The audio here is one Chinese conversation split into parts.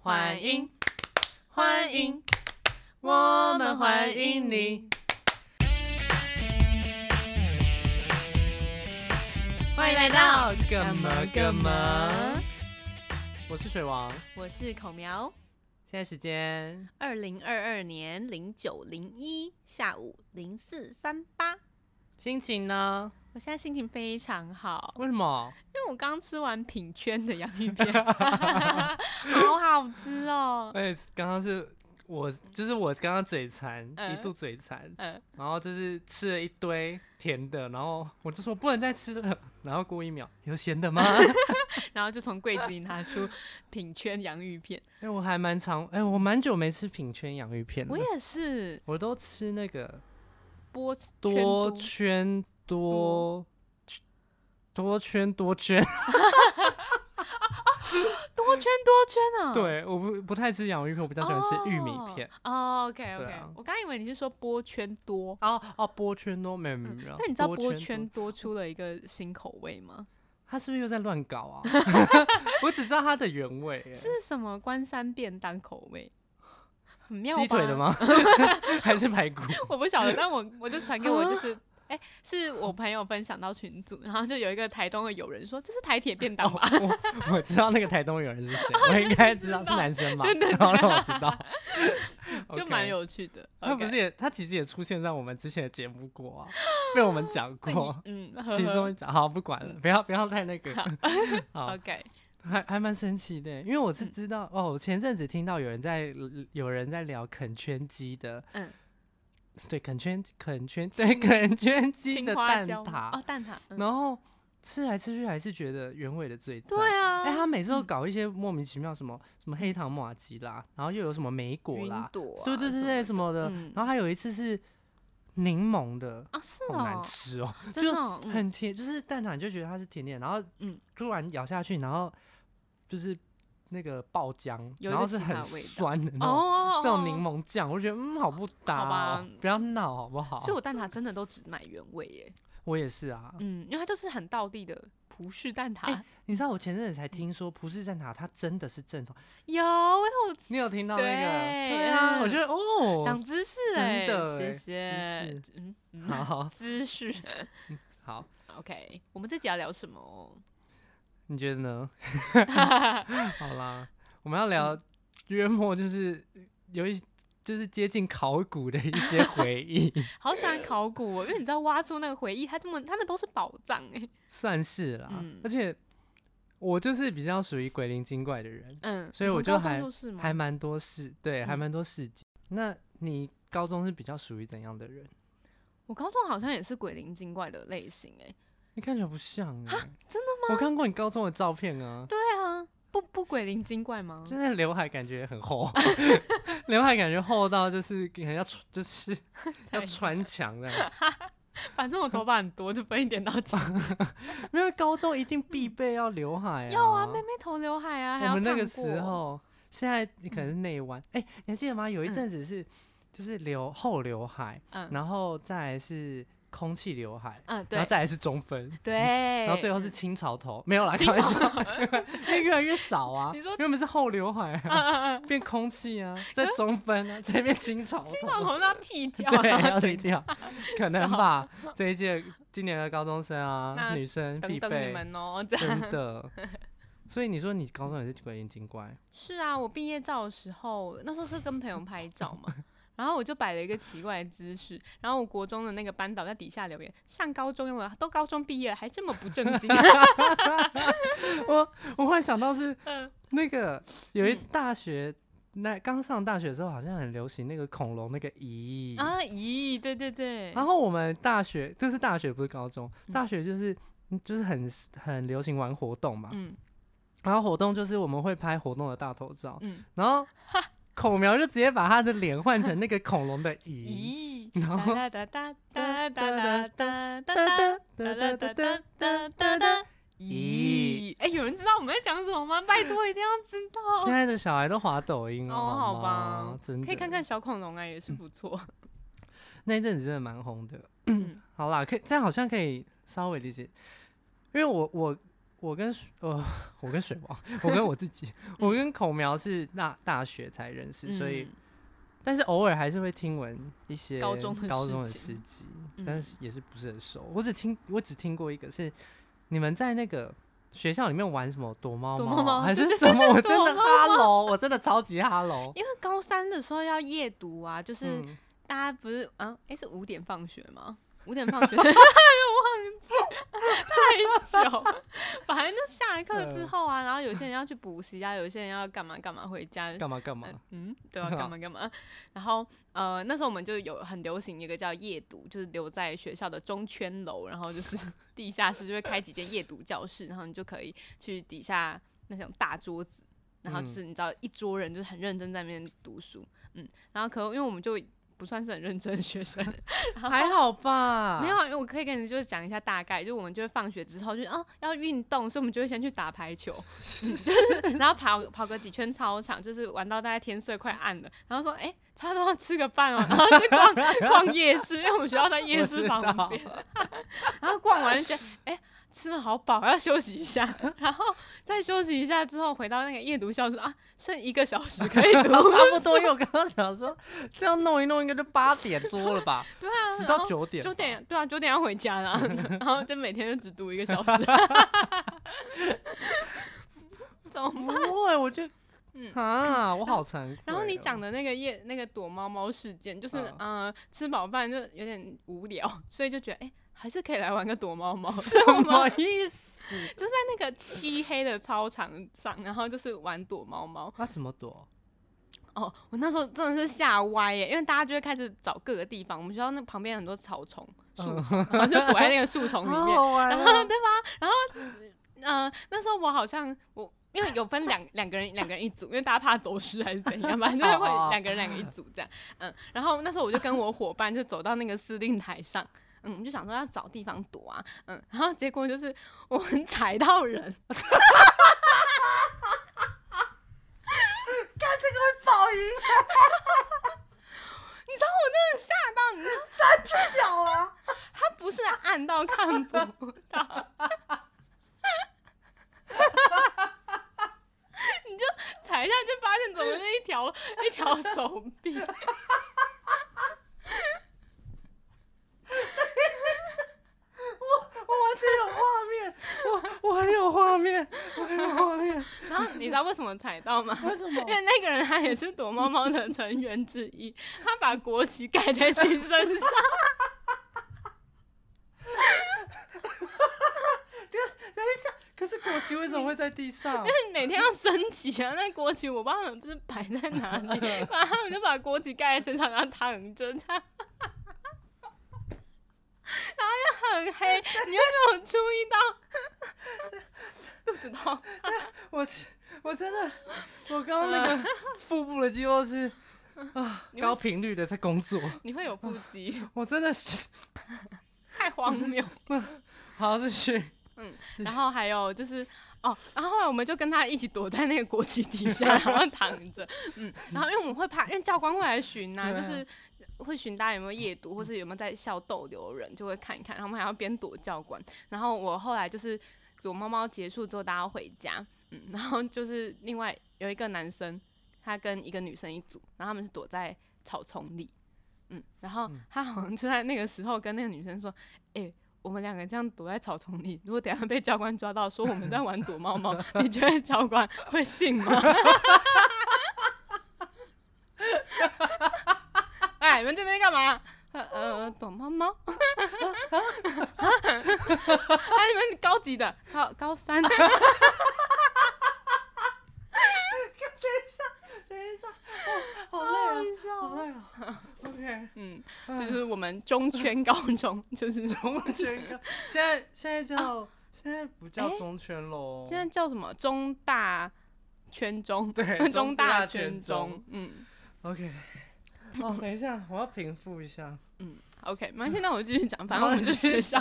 欢迎，欢迎，我们欢迎你！欢迎来到干嘛干嘛？我是水王，我是孔苗。现在时间二零二二年零九零一下午零四三八，心情呢？我现在心情非常好，为什么？因为我刚吃完品圈的洋芋 片，好好吃哦。而且哎刚刚是我，就是我刚刚嘴馋，嗯一度嘴馋，嗯，然后就是吃了一堆甜的，然后我就说不能再吃了，然后过一秒有咸的吗？然后就从柜子里拿出品圈洋芋片，哎、我还蛮常，哎、我蛮久没吃品圈洋芋片了我，也是我都吃那个播多圈多多圈多圈，多圈多圈啊！对，我不不太吃洋芋片，我比较喜欢吃玉米片。哦、o k 对 OK，、啊我刚以为你是说波圈多，哦哦，波圈多没有没有没有。嗯那你知道波多圈圈多多出了一个新口味吗？他是不是又在乱搞 啊？我只知道它的原味耶，是什么关山便当口味？ 很妙吧鸡腿的？吗？ 还是排骨？ 我不晓得，但我 我就传给我就是。啊哎、是我朋友分享到群组，然 后就有一个台东的友人说这是台铁便当吧？，我我知道那个台东有人是谁，我应该知道是男生吧？然后让我知道 就蛮哦 OK 有趣的。他不 OK。是也，他其实也出现在我们之前的节目过啊， 被我们讲过嗯，其呵呵中一讲好不管了，不要不要太那个，好， OK， 还还蛮神奇的，欸因为我是知道、哦，我前阵子听到有人在有人在聊肯圈鸡的，嗯，对，肯圈肯圈对肯圈鸡青的花蛋椒吗挞，哦蛋挞，嗯然后吃来吃去还是觉得原味的最赞。对啊，哎、他每次都搞一些莫名其妙什么、什么黑糖玛吉啦，然后又有什么莓果云啦，朵啊，对对对对什什么么的，嗯然后还有一次是柠檬的，啊是好难哦，吃哦，真就的哦嗯很甜，就是蛋挞你就觉得它是甜甜，然后嗯突然咬下去，然后就是那个爆浆，有一然后个是奇葩很的味道酸的那种、哦，那种柠檬酱，我就觉得嗯好不搭、好吧哦，不要闹好不好所以？我蛋挞真的都只买原味耶，我也是啊，嗯，因为它就是很道地的葡式蛋挞，哎你知道我前阵子才听说葡式蛋挞它真的是正统，有我有吃你有听到那对个？对啊，嗯我觉得哦，长知识真哎，的谢哎谢，嗯嗯，好好知识好， ，OK，我们这集要聊什么？哦你觉得呢？ 好啦，我们要嗯聊约莫就是有一就是接近考古的一些回 忆，好喜欢考古哦，因为你知道挖出那个回忆，他们他们都是宝藏嗯哎，算是啦。嗯而且我就是比较属于鬼灵精怪的人，嗯，所以你从我就高中还就是嘛还蛮多事，对，还嗯蛮多事迹。那你高中是比较属于怎样的人？我高中好像也是鬼灵精怪的类型哎，你看起来不像哎、真的吗？我看过你高中的照片啊，对啊，不不鬼灵精怪吗？真的刘海感觉很 厚，刘海感觉厚到就是很要穿就是要穿墙这样子。反正我头发很多，就分一点到 几。因为高中一定必备要刘海啊，要啊，妹妹头刘海啊，还要我们那烫个过嗯时候，现在你可能是内弯，哎、你还记得吗？有一阵子是、就是留后刘海，嗯然后再来是空气刘海，嗯，然对后再来是中分。对，然后最后是清朝头，没有啦，开玩笑， 因为越来越少啊。 你说原本是后刘海啊， 嗯嗯嗯，变空气啊，再中分啊，再变清朝头， 清朝头是要剃掉 对，啊，要剃掉，可能 吧。这一届今年的高中生啊，那女生嗯等必等你备。们哦，这样真的。所以你说你高中也是鬼灵精 怪，是啊。我毕业照的时候，那时候是跟朋友拍照嘛。然后我就摆了一个奇怪的姿势，然后我国中的那个班导在底下留言：上高中了，都高中毕业了，还这么不正 经。我我忽然想到是嗯那个有一大学，那刚上大学的时候好像很流行那个恐龙那个咦，啊，咦，对对对，嗯然后我们大学这是大学不是高中，大学就是就是很很流行玩活动嘛，嗯然后活动就是我们会拍活动的大头照，嗯，然后孔苗就直接把他的脸换成那个恐龙的咦，咦，然后哒哒哒哒哒哒哒哒哒哒。哒哒哒哒哒哒哒哒哒哒哒哒哒哒哒。咦，哎、有人知道我们在讲什么吗？拜托，一定要知道。现在的小孩都滑抖音了，哦好吧吗真的可以看看小恐龙啊，也是不错。那一阵子真的蛮红的嗯。 好啦，可以，但好像可以稍微理解，因为我我我跟水呃，我跟水王，我跟我自 己，我跟孔苗是大大学才认识，所以嗯但是偶尔还是会听闻一些高中的高事中的情事迹，嗯但是也是不是很熟。我只听我只听过一个是你们在那个学校里面玩什么躲猫躲猫猫啊猫还是对什么？我真躲的哈喽，我真的超级哈喽。因为高三的时候要夜读啊，就是嗯，大家不是啊，哎、是五点放学吗？五点放学， 哎呦，忘记 太久，反正就下了课之后啊，然后有些人要去补习啊，有些人要干嘛干嘛回家， 干嘛干嘛？嗯，对啊，干嘛干嘛。然后呃，那时候我们就有很流行一个叫夜读，就是留在学校的中圈楼，然后就是 地下室就会开几间夜读教室，然后你就可以去底下那种大桌子，然后就是你知道一桌人就是很认真在那边读书，嗯，然后可因为我们就不算是很认真的学生，还好吧？没有，啊，因为我可以跟你就是讲一下大概，就我们就会放学之后就啊要运动，所以我们就会先去打 排球，就是然后跑跑个几圈操场，就是玩到大概天色快暗了，然后说哎、差不多要吃个饭了，哦然后 去逛逛夜市，因为我们学校在夜我市知旁道边，然后逛完就觉得哎、吃的好饱，要休息一下，然后再休息一下之后回到那个夜读校说啊剩一个小时可以 读然后差不书多，因为我刚刚想说，这样弄一弄应该就八点多了 吧，对啊，直然到后九点吧，九点对啊，九点要回家啦，然后就每天就只读一个小时。怎么不会，我就嗯啊，我好惭愧哦。然后你讲的那个夜那个躲猫猫事件，就是嗯嗯、呃吃饱饭就有点无聊，所以就觉得哎、还是可以来玩个躲猫猫，什么意思？ 就在那个漆黑的操场上，然后就是玩躲猫猫。他啊怎么躲？哦，我那时候真的是吓歪耶，因为大家就会开始找各个地方，我们学校那旁边很多草丛、树丛，然后就躲在那个树丛哦里面。玩 然后对吧？然后呃，那时候我好像我因为有分两两个人两个人一组，因为大家怕走失还是怎样，反正 就是会哦哦两个人两个一组这样。嗯，然后那时候我就跟我伙伴就走到那个司令台上。嗯，我们就想说要找地方躲啊，嗯，然后结果就是我们踩到人， 宝云你知道我真的吓到，你知道小啊，他不是暗到看不到，你就踩一下就发现怎么是一条 一条手臂， 我完全有画面，我很有画面，我很有画面。然后你知道为什么踩到吗？为什因为那个人他也是躲猫猫的成员之一，他把国旗盖在自己身上，等一下，可是国旗为什么会在地上？每天要升旗啊，那国旗我不知道他们不是摆在哪 里，反正他们就把国旗盖在身上，然后躺着这样。 然后又很黑，你又没有注意到， 肚子痛，我我真的，我刚刚那个腹部的肌肉是啊呃你为高频率的在工作，你会有腹肌， 我真的是太荒谬。好是去然后还有就是哦，然后后来我们就跟他一起躲在那个国旗底 下，然后躺着，嗯，然后因为我们会怕，因为教官会来巡呐、对啊嗯就是会巡大家有没有夜读，或是有没有在校逗留的人，就会看一看，然后我们还要边躲教官。然后我后来就是躲猫猫结束之后，大家回家，嗯，然后就是另外有一个男生，他跟一个女生一组，然后他们是躲在草丛里，嗯，然后他好像就在那个时候跟那个女生说，哎、我们两个这样躲在草丛里，如 果等一下被教官抓到，说我们在玩躲 猫猫，你觉得教官会信吗？ 哎，你们这边干嘛？呃呃，躲猫猫。啊，你们高级的，高高三。 等一下，哦，好累啊，笑好累啊。OK， 嗯，这就是我们中圈高中， 就是中圈高，现在现在叫、啊现在不叫哎中圈喽，现在叫什么中大圈中，对 中大圈中。，嗯 OK，哦，等一下，我要平复一下。嗯，OK，没关系，那我继续讲，反正我们是学校，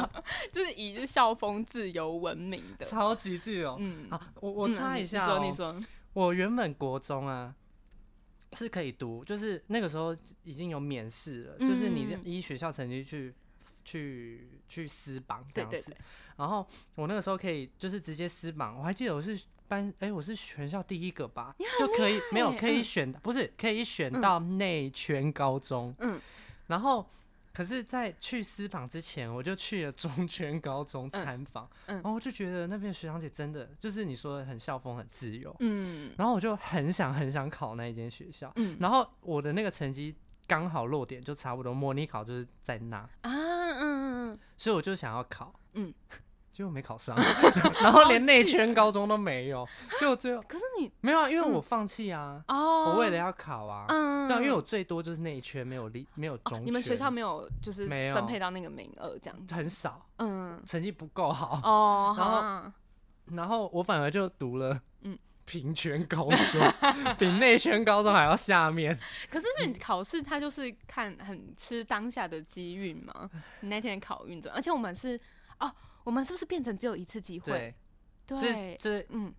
就是以就是校风自由闻名的，超级自由。嗯，啊，我我嗯插你一下、你哦说你说，我原本国中啊是可以读，就是那个时候已经有免试了，就是你嗯依学校成绩去去去撕绑这对样对子对。，然后我那个时候可以就是直接撕榜，我还记得我是班，哎、我是全校第一个吧，就可以没有害可以嗯选，不是可以选嗯到内圈高中，嗯，然后。可是，在去私榜之前，我就去了中圈高中参访，嗯然后我就觉得那边的学长姐真的就是你说的很校风、很自由，嗯然后我就很想很想考那一间学校，嗯然后我的那个成绩刚好落点，就差不多模拟考就是在那，啊嗯嗯所以我就想要考，嗯， 结果没考上， 然后连内圈高中都没有，就最后嗯，可是你没有啊，因为我嗯放弃啊，哦，我为了要考啊，嗯，对啊，因为我最多就是内圈，没有力，没有中哦圈，你们学校没有就是没有分配到那个名额这样子，很少，嗯成绩不够好，哦，然后哈然后我反而就读了，嗯。平圈高中 比内圈高中还要下面，可是嗯因为你考试，它就是看很吃当下的机运嘛，你那天的考运怎么？而且我们是哦，我们是不是变成只有一次机会？对，是对，这嗯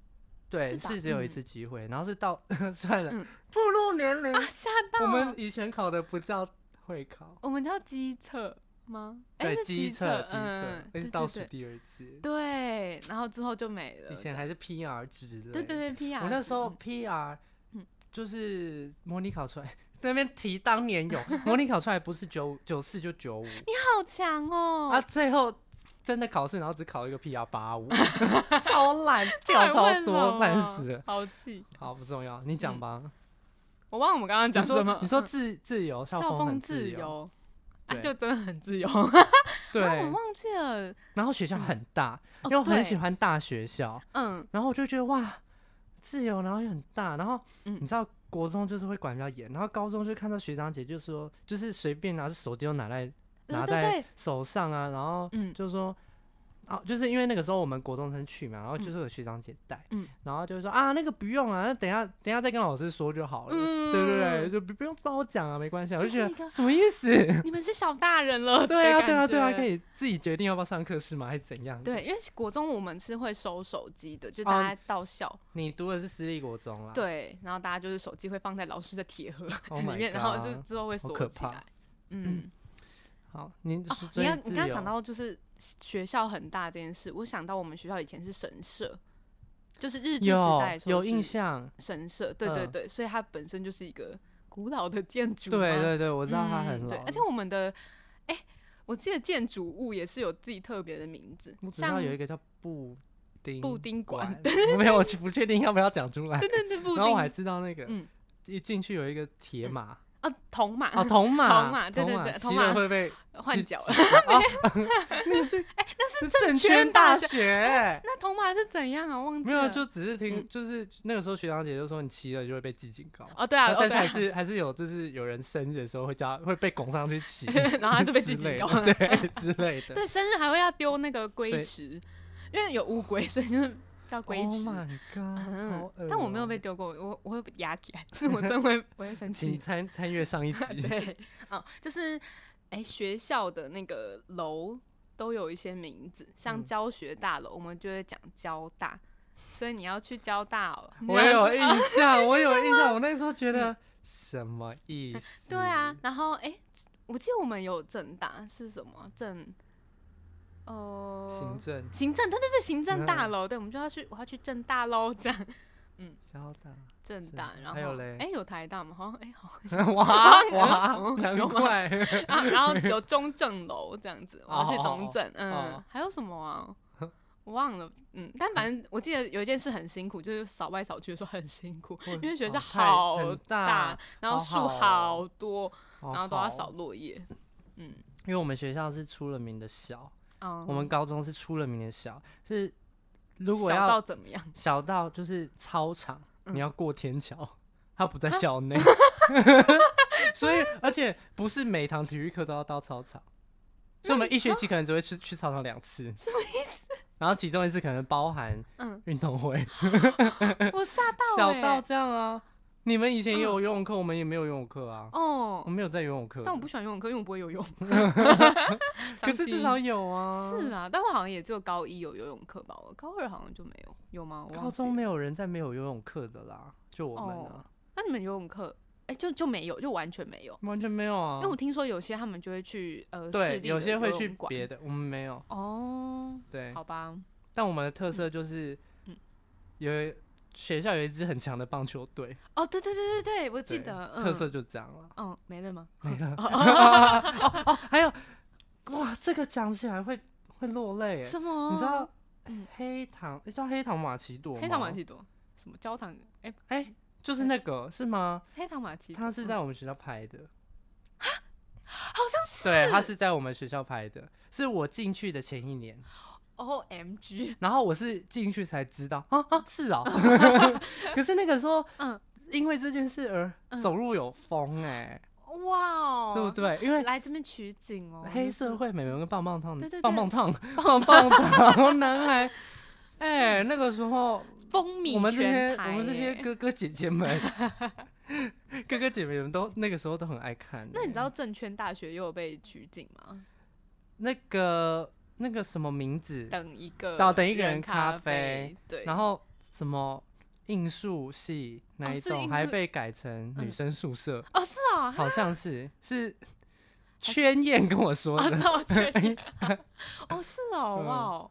对是吧是只有一嗯次机会，然后是到 算了嗯，步入年龄啊，，吓到我们以前考的不叫会考，我们叫机测吗？哎对，是机测测机测，嗯那对是对倒数对第二届，对，然后之后就没了。以前还是 PR 值的。对对，对，P R，我那时候 PR 嗯就是模拟考出来，在那边提当年有模拟考出来不是九九四就九五好强哦，啊，最后真的考试然后只考一个 PR 八 五，超烂，掉超多，烂死了。好气！好，不重要，你讲吧。我忘了我们刚刚你嗯讲说什么，你说自自由，校校很风自自，由。啊，对就真的很自由。 啊对。我忘记了，然后学校很大，哦因为我很对喜欢大学校，嗯，然后我就觉得哇，自由，然后又很大，然后嗯你知道国中就是会管比较严，然后高中就看到学长姐就说，就是随便拿着手机就拿在对拿对在对，手上啊，然后嗯就说。啊，就是因为那个时候我们国中生去嘛，然后就是有学长姐带，嗯然后就说啊，那个不用啊，那等一下等一下再跟老师说就好了，对对对，嗯就不不用帮我讲啊，没关系啊，我就就觉是一得个什么意思？ 你们是小大人了。对啊对啊对啊，可以。以自己决定要不要上课是吗？还是怎样？对，，因为国中我们是会收手机的，就哦大家到校，你读的是私立国中啦，啊对，然后大家就是手机会放在老师的铁盒 Oh 里 my 面，然后就是 God 之后会好锁可起怕来。嗯，好，你哦是，你所以刚你刚刚自讲由到就是学校很大这件事，我想到我们学校以前是神社，就是日治时代的时候有有印是象，神社，对对嗯对，所以它本身就是一个古老的建筑嘛，对嗯，对对，我知道它很对老，而且我们的，哎、我记得建筑物也是有自己特别的名字我，知道像有一个叫布丁布丁馆 馆，我没有，我不确定要不要讲出来。对对布然后我还丁知道那个嗯，一进去有一个铁 马啊，铜马哦，铜马， 铜马对对对骑铜了马会被 换击脚击了，啊 那是 哎，那是正证圈圈大大学 学。那铜马是怎样啊？忘记没有，了就只是听，嗯就是那个时候学长姐就说你骑了就会被记警告，哦，对啊，哦但是对啊，还是还是有，就是有人生日的时候会叫会被拱上去骑 然后他就被之记警类告的对之类的。 对，生日还会要丢那个龟所以池，因为有乌龟，所以就是叫龟 Oh 池。 my god！、嗯好，恶但我没有哦被。丢过，我我会被压起来，就是我真会我会生请气。参参阅上一集。 对，哦，就是哎、学校的那个楼都有一些名字，像嗯教学大楼，我们就会讲交大，所以你要去交大、哦。你我要有知印象，我有印 象，我那个时候觉得什么意思？嗯对啊，，然后哎、我记得我们有正大是什么正？呃，行政行政，对对对，行政大嗯楼，对，我们就要去，我要去正大喽，这样交大。 正是大，然后还有嘞哎、有台大吗？好像哎好，哇嗯哇，嗯难有吗怪。 然后然后有中正楼这样子，我要去中正，哦嗯，还有什么啊？我忘了，嗯，但反正我记得有一件事很辛苦，就是扫外扫区的时候很辛苦，因为学校哦太很好大，然后啊好哦树好好多，然然后都要扫。落叶，嗯，因为我们学校是出了名的小，哦，我们高中是出了名的小，是如果小要到怎么样？小到就是操场，嗯你要过天桥，它不在啊校 内，所以而且不是每堂体育课都要到操场，所以我们一学期可能只会去去操场两次，什么意思？ 然后其中一次可能包含 嗯，运动会，我吓到、欸，小到这样啊。你们以前也有游泳课，我们也没有游泳课啊，我哦，们没有在游泳课，但我不喜欢游泳课，因为我不会 游泳。嗯可是至少有啊。是啊，但我好像也只有高一有游泳课吧，我高二好像就没有，有吗？我忘高记中了没有人在没有游泳课的啦，就我们啊哦。那你们游泳课哎、就就没有，就完全没有。完全没有啊因为。我听说有些他们就会去呃，对市，立有的些会游去泳馆别的，我们没有。哦，对，好吧，但我们的特色就是，有一学校有一支很强的棒球队，哦，对对对对对，我记对得、嗯、特色就这样了。嗯，没了吗？没了。哦哦， 还有，哇，这个讲起来会会落泪欸。什么？你知道黑糖叫黑糖玛奇朵吗？黑糖玛奇朵？什么焦糖？哎、哎、就是那个是吗？是黑糖玛奇朵？嗯他是在我们学校拍的，好像是对，他是在我们学校拍的，是我进去的前一年， O M G，然后我是进去才知道啊啊是啊，可是那个时候，嗯因为这件事而走路有风哎、哇嗯哦，对不？对？因为来这边取景哦，黑就社是会美眉跟棒棒糖，对对对棒棒糖，棒棒糖男孩。哎、那个时候风靡我们这些全我台们这些耶哥哥姐姐们， 哥哥姐姐们都那个时候都很爱看。那你知道证券大学又有被取景吗？那个那个什么名字？等一个，到等一个人人咖啡啡，对，然后什么应数系那哦一是栋、应还数被改成女嗯生宿舍，哦是哦， 好像是是圈燕跟我说哦的。是哦，确定， 哦是嗯哦，哇哦。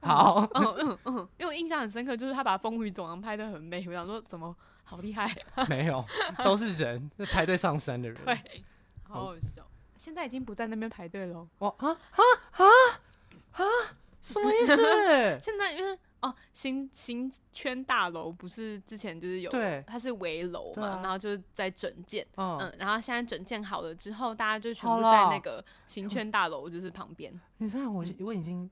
好，嗯嗯嗯，因为我印象很深刻，就是他把《风雨走廊》拍的很美，我想说怎么好厉害， 没有，都是人，是排队上山的人。对，好好笑。现在已经不在那边排队喽。？哇啊啊啊啊！什么意思 现在因为哦，行行圈大楼不是之前就是有，对它是围楼对嘛，啊然后就是在整建，嗯，嗯，然后现在整建好了之后，大家就全好部了在那个 行圈大楼就是旁边。你知道我我已经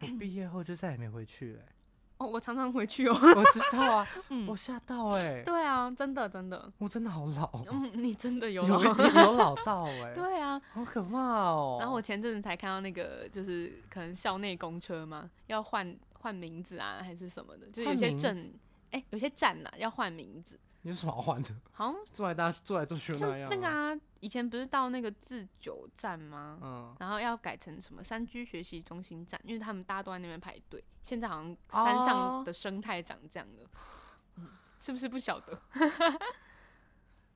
我毕业后就再也没回去 了欸、哦，我常常回去哦。我知道啊，嗯我吓到哎、 对啊，真的真的，我真的好老，嗯，你真的有有一了。 点有老到哎、对啊，好可怕哦、然后我前阵子才看到那个，就是可能校内公车嘛，要换换名字啊，还是什么的，就有换些名镇，哎、有些站呐、要换名字，你有什么好换的？好坐来大坐来坐去都像像那样、那个啊，以前不是到那个自九站吗？嗯，然后要改成什么山居学习中心站，因为他们大家都在那边排队。现在好像山上哦的生态长这样 了，嗯是不是不晓得？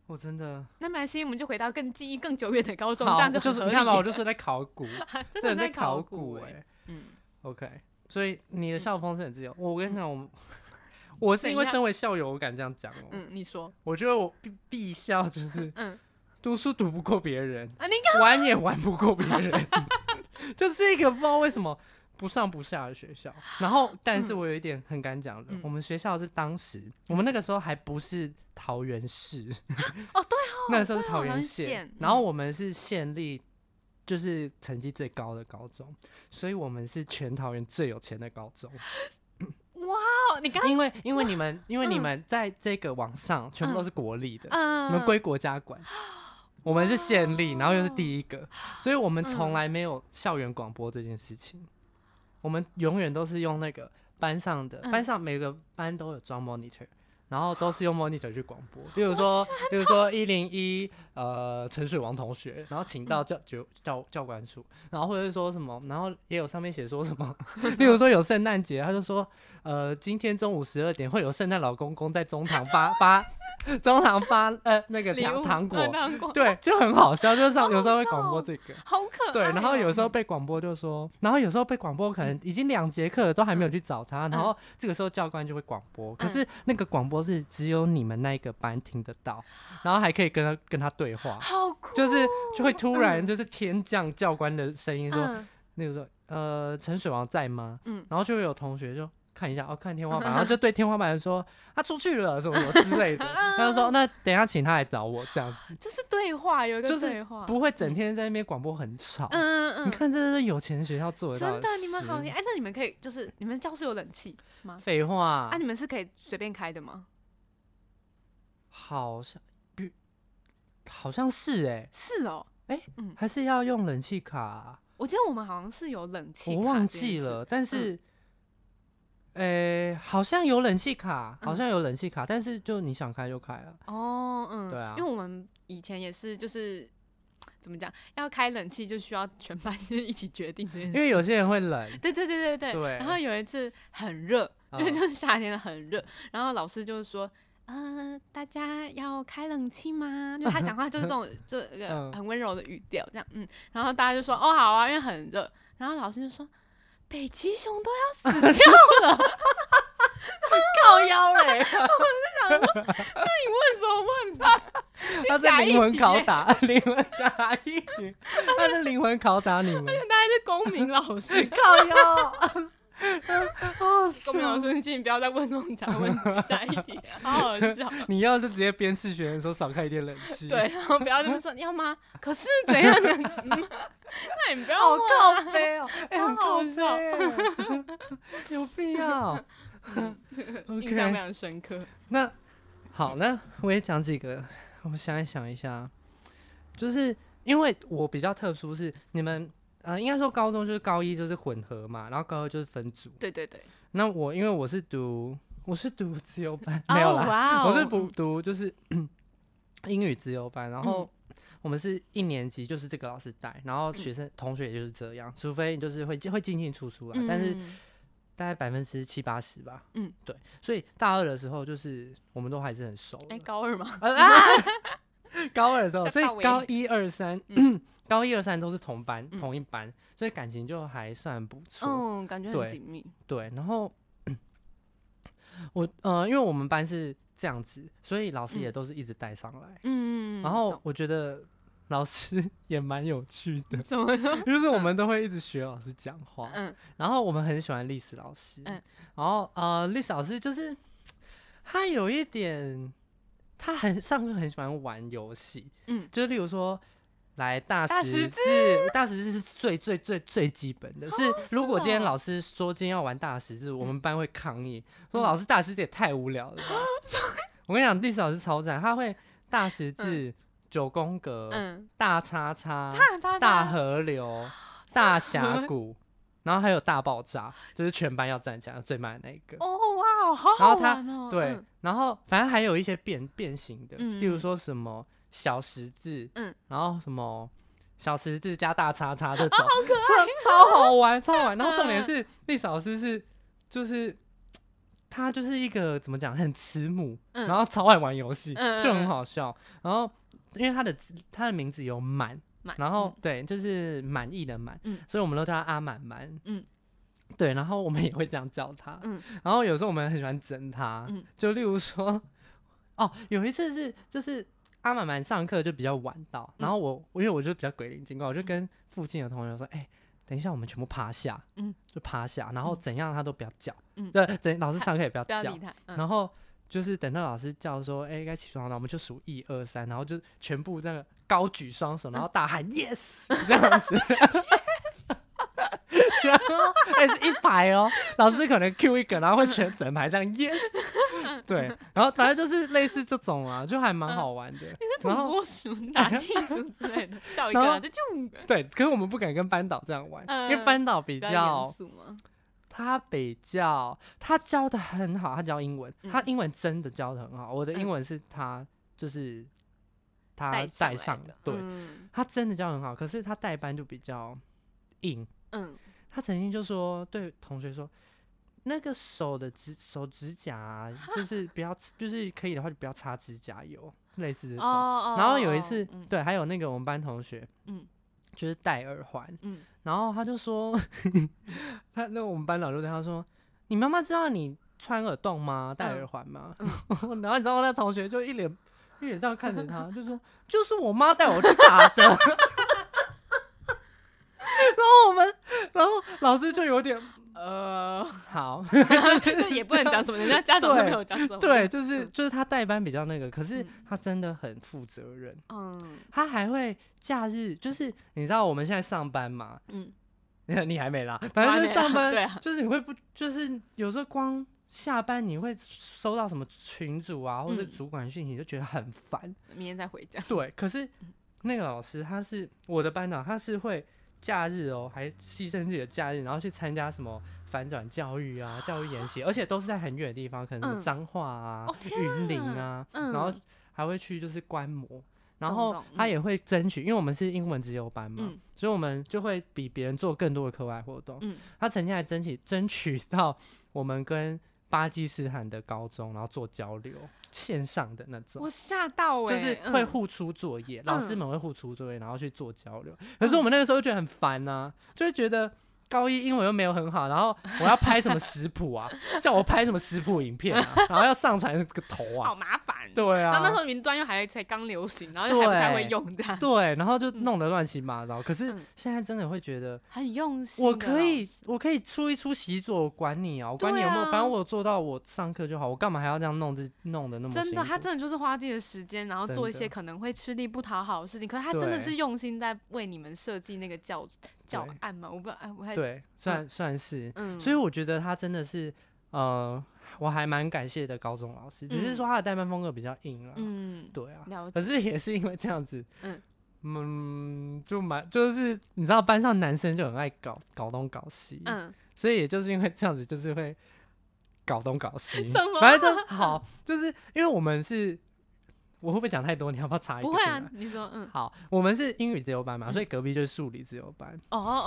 我真的那没关系，我们就回到更记忆更久远的高中，好这样 我就很是合你理。看吧，我就是在考古， 真的在的在考古哎、哎、嗯， OK，所以你的校风是很自由。我跟你讲，我们我是因为怎样身为校友，我敢这样讲哦、嗯，你说我觉得我必必校就是，嗯读书读不过别人，啊，你玩也玩不过别人， 就是一个不知道为什么不上不下的学校。然后，但是我有一点很敢讲的，嗯我们学校是当时我们那个时候还不是桃园市，哦对哦， 那个时候是对哦桃园桃园县县，然后我们是县立。就是成绩最高的高中，所以我们是全桃园最有钱的高中。哦，你刚因为因为你们因为你们在这个网上全部都是国立的，嗯，你们归国家管，我们是县立，然后又是第一个，所以我们从来没有校园广播这件事情，我们永远都是用那个班上的，嗯班上每个班都有装 monitor。然后都是用 monitor 去广播，例如说，例如说一零一，呃，陈水王同学，然后请到教教教教官处，然后或者是说什么，然后也有上面写说什 么，例如说有圣诞节，他就说，呃，今天中午十二点会有圣诞老公公在中堂发 发中堂发呃那个礼糖物糖嗯果， 糖果，对，就很好笑，就是上好有时候会笑广播哦这个，好 可爱哦。对，然后有时候被广播就说，然后有时候被广播可嗯能已经两节课了都还没有去找他，然后这个时候教官就会广播，可嗯是那个广播是只有你们那一个班听得到，然后还可以跟他跟他对话，好酷，就是就会突然就是天降教官的声音说，哦嗯那个时候呃陈水王在吗？嗯然后就会有同学就。看一下哦，看天花板， 然后就对天花板说：“他出去了，什么什么之类的。”他就说：“哦那等一下请他来找我，这样子呃就是对话，有一就个是对话，不会整天在那边广播很吵。”嗯嗯你嗯，看，这就是有钱学校做得到真的，你们好事厉害！哎，那你们可以就是你们教室有冷气吗？废话啊，，你们是可以随便开的吗？好像比好像是哎、是哦，还是要用冷气卡、我记得我们好像是有冷气，我忘记了，。但嗯是，呃、好像有冷气卡，嗯好像有冷气卡，但是就你想开就开啊。哦，嗯，对啊因为我们以前也是就是。怎么讲？要开冷气就需要全班 就是一起决定这件事，因为有些人会冷， 对对对对对。对然后有一次很热，因为嗯就是夏天的很热，然后老师就是说：“呃，大家要开冷气吗？就他讲话就是 这种，就一个嗯很温柔的语调，这样，嗯，然后大家就说，哦，好啊，因为很热，然后老师就说，北极熊都要死掉了，靠腰嘞，问什么问题？ 他在灵魂拷打， 灵魂打一点，他在灵魂拷打你 们，大概是公民老师，靠腰，啊 哦，公民老是师，你请你不要再问这种假问题，假议 题，好好笑。你要就直接鞭笞学生说少开一点冷气， 对，，然后不要这么说，要吗？可是怎样的？嗯 那你不要好问啊靠背 哦，哎，超很好靠笑背。 有必要。 印象 OK，非常深刻。那好，那我也讲几个，我想一想一下，就是因为我比较特殊是，你们呃，应该说高中就是高一就是混合嘛，然后高二就是分组。对对对，那我因为我是读我是读自由班，没有啦，哦哇我是读读就是 英语自由班，然嗯后我们是一年级就是这个老师带，然后学生同学也就是这嗯样，除非你就是会会进进出出啦，但是大概百分之七八十吧。嗯，对，所以大二的时候就是我们都还是很熟的。哎，高二嘛， 呃啊 高二的时候，吓所到我以一高一二三，嗯 高一二三都是同班同一班，所以感情就还算不错。嗯，感觉很对紧密。对，然后 我呃，因为我们班是这样子，所以老师也都是一直带上来。嗯，然懂后我觉得老师 也蛮有趣的，怎么 了？就是我们都会一直学老师讲话。嗯然后我们很喜欢历史老师，嗯然后呃，历史老师就是他有一点，他很上课很喜欢玩游戏，嗯，就例如说。来大大十十字，大十字是最最最最基本的。是如果今天哦嗯老师说今天要玩大十字，我们班会抗议，说老师大十字也太无 聊了吧。我跟你讲，历史老师超赞，他会大十字、九宫格、嗯，大叉叉、大大呃大河流、大峡 谷，然后还有大爆炸，就是全班要站起来最慢的那一个。哦哇，好然好后他玩哦。对，然后反正还有一些变变形的，嗯例如说什么小十字，嗯哦然后什么小十字加大叉叉这种，超超好玩，超好玩。然后嗯重点是历史老师是就是。他就是一个怎么讲，很慈母，嗯然后超爱玩游戏，嗯嗯就很嗯好笑。然后因为他的字他的名字有满，嗯，然后对，就是满意的满，嗯所以我们都叫他阿满满，嗯，对，然后我们也会这样叫他，嗯，然后有时候我们很喜欢整他，嗯，就例如说，哦，有一次是就是阿满满上课就比较晚到，嗯然后我因为我就比较鬼灵精怪，我就跟附近的同学说，哎、等一下，我们全部趴下，嗯，就趴下，然后怎样他都不要叫，嗯对，等老师上课也不要不要叫理，他。嗯然后就是等到老师叫说，哎、该起床了，我们就数一二三，然后就全部那个高举双嗯手，然后大喊 yes 这样子。然后 哎、是一排哦，老师可能 Q 一个，然后会全整排这样 yes，对，然后反正就是类似这种啊，就还蛮嗯好玩的。土然后拨鼠、打地鼠之类的，叫一 个然啊后就就对，可是我们不敢跟班导这样玩，因为嗯班导比比较严较肃嘛。他比较他教的很好，他教英文，嗯他英文真的教的很好。我的英嗯文是他就是他带上带来上的的， 对、嗯他真的教得很好。可是他带班就比较硬，嗯，他曾经就说对同学说。那个手的指手指甲啊、就是不要，就是可以的话就不要擦指甲油，类似这种。哦然后有一次，嗯对，还有那个我们班同学，嗯就是戴耳环，嗯然后他就说， 他那我们班导就对他说，你妈妈知道你穿耳洞吗？戴耳环吗？嗯 然后你知道吗那同学就一脸一脸这样看着他，就说就是我妈带我去打的。然 后我们，然后老师就有点 呃，好，就也不能讲什么，人家家长都没有讲什么。对，，就是就是他代班比较那个，可是嗯他真的很负责任。嗯他还会假日，就是你知道我们现在上班嘛， 嗯，你还没啦，反正就是上班，对 啊，就是你会不，就是有时候光下班你会收到什么群主啊，或是嗯主管讯息，你就觉得很烦。明天再回家。对，可是那个老师他是我的班长，他是会假日哦，还牺牲自己的假日，然后去参加什么反转教育啊、教育研习，而且都是在很远的地方，可能什嗯么彰化啊、哦天云林啊啊，嗯然后还会去就是观摩。然懂后懂他嗯也会争取，因为我们是英文自由班嘛，嗯所以我们就会比别人做更多的课外活动。嗯他曾经还争取争取到我们跟巴基斯坦的高中，然后做交流，线上的那种我。吓到哎、就是嗯会互出作业，老师们会互出作业，然后去做交流。可嗯是我们那个时候就觉得很烦呐、就会觉得高一英文又没有很好，然后我要拍什么食谱啊，叫我拍什么食谱影片啊，然后要上传那个头好啊，麻烦。对然啊后，那时候云端又还才刚流行，然后又还不太会对用这样，对，然后就弄得乱七八糟。可是嗯现在真的会觉得，很用心哦的我老师。可以，我可以出一出习作，我管你啊，我管你有没有，对啊反正我有做到我上课就好，我干嘛还要这样弄这弄的那么真的，辛他苦真的就是花自己的时间，然后真做一的些可能会吃力不讨好的事情。可是他真的对是用心在为你们设计那个教教对案嘛？我不哎，我还对，算算是，嗯，所以我觉得他真的是，呃，我还蛮感谢的高中老师，只是说他的代班风格比较硬了，嗯，对啊，了可解，是也是因为这样子，嗯嗯就蛮就是你知道班上男生就很爱搞搞东搞西，嗯，所以也就是因为这样子，就是会搞东搞西，什么反正就好，就是因为我们是，我会不会讲太多？你要不要查一个不进会来？啊，嗯你说嗯，好，我们是英语自由班嘛，所以隔壁就是数理自由班。哦哦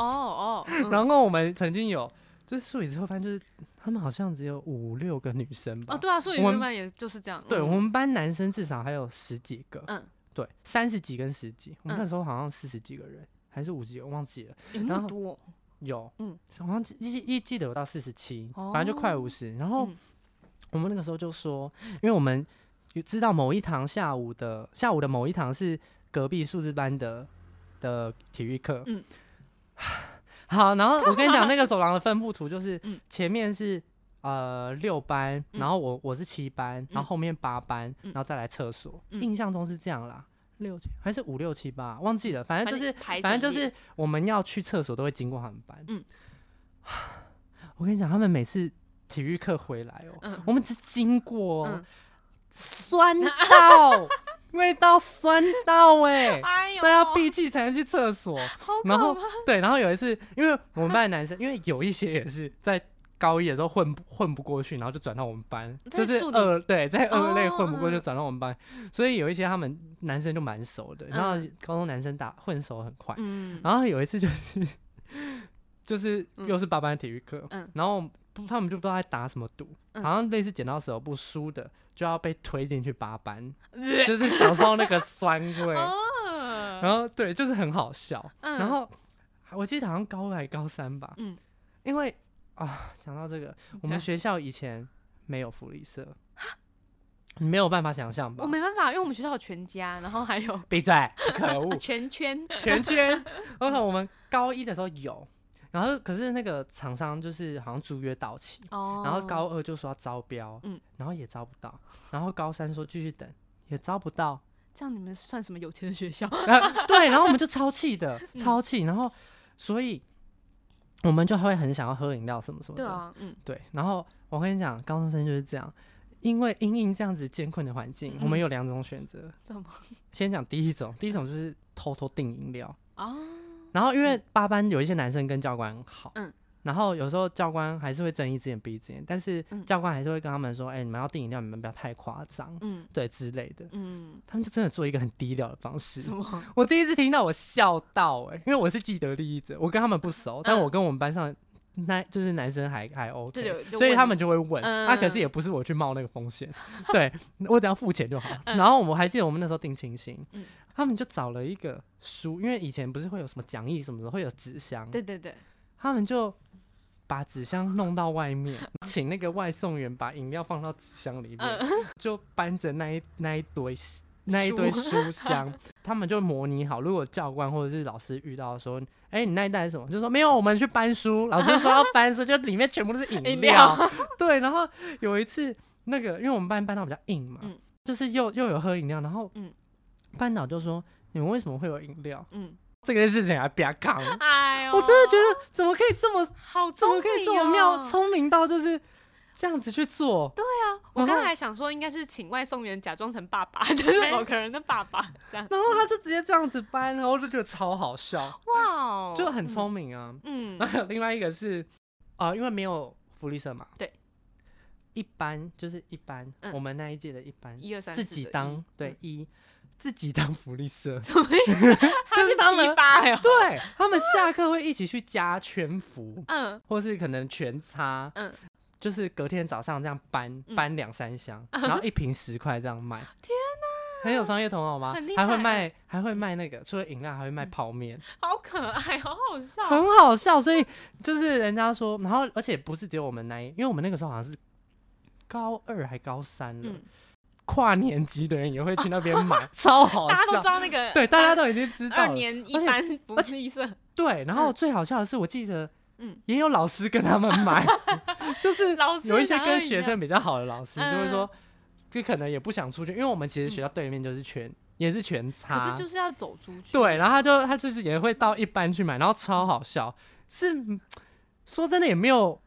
哦，嗯然后我们曾经有，就是数理之后班，就是他们好像只有五六个女生吧。哦，对啊，所以我原们本也就是这样，对嗯我们班男生至少还有十几个，嗯，对，三十几跟十几，我们嗯那时候好像四十几个人，还是五十几，我忘记了。有那然后么多有，嗯，嗯哦好像记一一记得有到四十七，反正就快五十。然后嗯我们那个时候就说，因为我们有知道某一堂下午的下午的某一堂是隔壁数字班的的体育课，嗯嗯， 好，然后我跟你讲那个走廊的分布图就是 嗯前面是。呃，六班，嗯然后我我是七班，然后后面八班，嗯然后再来厕所。嗯印象中是这样啦，六七还是五六七八，忘记了，反正就是排反正成就列是我们要去厕所都会经过他们班。嗯嗯， 我跟你讲，他们每次体育课回来哦、嗯我们只经过、哦嗯 酸到味道酸到哎、哎呦，大家闭气才能去厕所。 好可然后对，然后有一次，因为我们班的男生，因为有一些也是在。高一的时候混不混不过去，然后就转到我们班，在就是树林二对，在二类哦混不嗯过就转到我们班，所以有一些他们男生就蛮熟的，然后嗯高中男生打混熟很快，嗯， 然后有一次就是就是嗯又是八班体育课，嗯然后不他们就不知道在打什么赌，嗯好像类似剪刀石头布输的就要被推进去八班，就是享受那个 酸味，哦然后对，就是很好笑。嗯然后我记得好像高二还高三吧，嗯因为啊，讲到这个，我们学校以前没有福利社，你没有办法想象吧我？没办法，因为我们学校有全家，然后还有闭嘴，可恶啊！全 圈，全圈。然后我们高一的时候有，然后可是那个厂商就是好像租约到期，哦，然后高二就说要招标，嗯然后也招不到，然后高三说继续等。也招不到， 这样你们算什么有钱的学校？然后对，然后我们就超气的，嗯超气，然后所以我们就会很想要喝饮料什么什么的，对啊， 嗯，对，然后我跟你讲，高中生就是这样，因为因应这样子艰困的环境，嗯我们有两种选择。怎么先讲第一种，第一种就是偷偷订饮料，啊？然后因为八班有一些男生跟教官好，嗯然后有时候教官还是会睁一只眼闭一只眼，但是嗯教官还是会跟他们说，哎、你们要订饮料，你们不要太夸张，嗯对之类的。嗯，他们就真的做一个很低调的方式什。么？我第一次听到，我笑到哎、因为我是既得利益者，我跟他们不熟，但我跟我们班上那就是男生还还嗯 OK，就有就所以问他你们就会问。嗯啊，可是也不是我去冒那个 风险，对我只要付钱就好。然后我还记得我们那时候定清新嗯，他们就找了一个书，因为以前不是会有什么讲义什么的，会有纸箱，对对对，他们就把纸箱弄到外面，请那个外送员把饮料放到纸箱里面，嗯就搬着那一那一堆那一堆 书箱，他们就模拟好，如果教官或者是老师遇到说，哎、你那一袋是什么？就说没有，我们去搬书。老师说要搬书，就里面全部都是饮饮料。 对，然后有一次那个，因为我们班班导比较硬嘛，嗯就是又又有喝饮料，然后嗯班导就说你们为什么会有饮料？嗯，这个事情还不要 扛。哎呦，我真的觉得怎么可以这么好怎聪么明可以这么妙，哦聪明到就是这样子去做？我然刚后才想说，应该是请外送员假装成爸 爸，哎就是哦某个人的爸爸这样。然后他就直接这样子搬，然后我就觉得超好笑，哇哦，就很聪明啊。嗯，然后另外一个是啊、呃因为没有福利社嘛，对，一班就是一班，嗯我们那一届的一班一二三，自四己的当 一对嗯一自己当福利社， 他就是是他们批发哦哟，对他们下课会一起去加全服，嗯或是可能全擦，嗯就是隔天早上这样搬搬两三箱，然后一瓶十块这样卖。天哪，很有商业头脑吗很厉？还会害卖，还会卖那个，除了饮料还会卖嗯泡面，好可爱，好好笑。很好笑。所以就是人家说，然后而且不是只有我们那一，因为我们那个时候好像是高二还高三了嗯，跨年级的人也会去那边买， 超好大家都笑。知道那个对，大家三都已经知道二了。年一而且班不是一色，对，然后最好笑的是，我记得，嗯也有老师跟他们 买，就是老师有一些想要跟一学样生比较好的老师就会嗯说，就可能也不想出去，因为我们其实学校对面就是全也是全可差是，就是要走出去。对，然后他就他就是也会到一班去买，然后超好笑，是说真的也没有。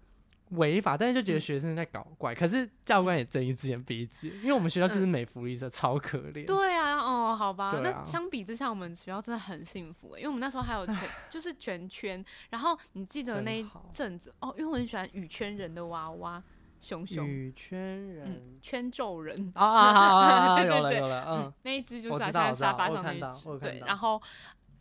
违法，但是就觉得嗯学生在搞怪，可是教官也睁一只眼闭一只眼，因为我们学校就是美福利社，超可怜。嗯对啊，哦，好吧，对啊那相比之下，我们学校真的很幸福欸、因为我们那时候还有全， 就是全圈。然后你记得真那一好阵子哦，因为我很喜欢羽圈人的娃娃，熊熊，羽圈人嗯，圈咒人，啊啊啊啊！ 啊对对有了对有了，嗯，那一只就我是啊知道现我在知道沙发我有上那看一到我有只，看对，到然后。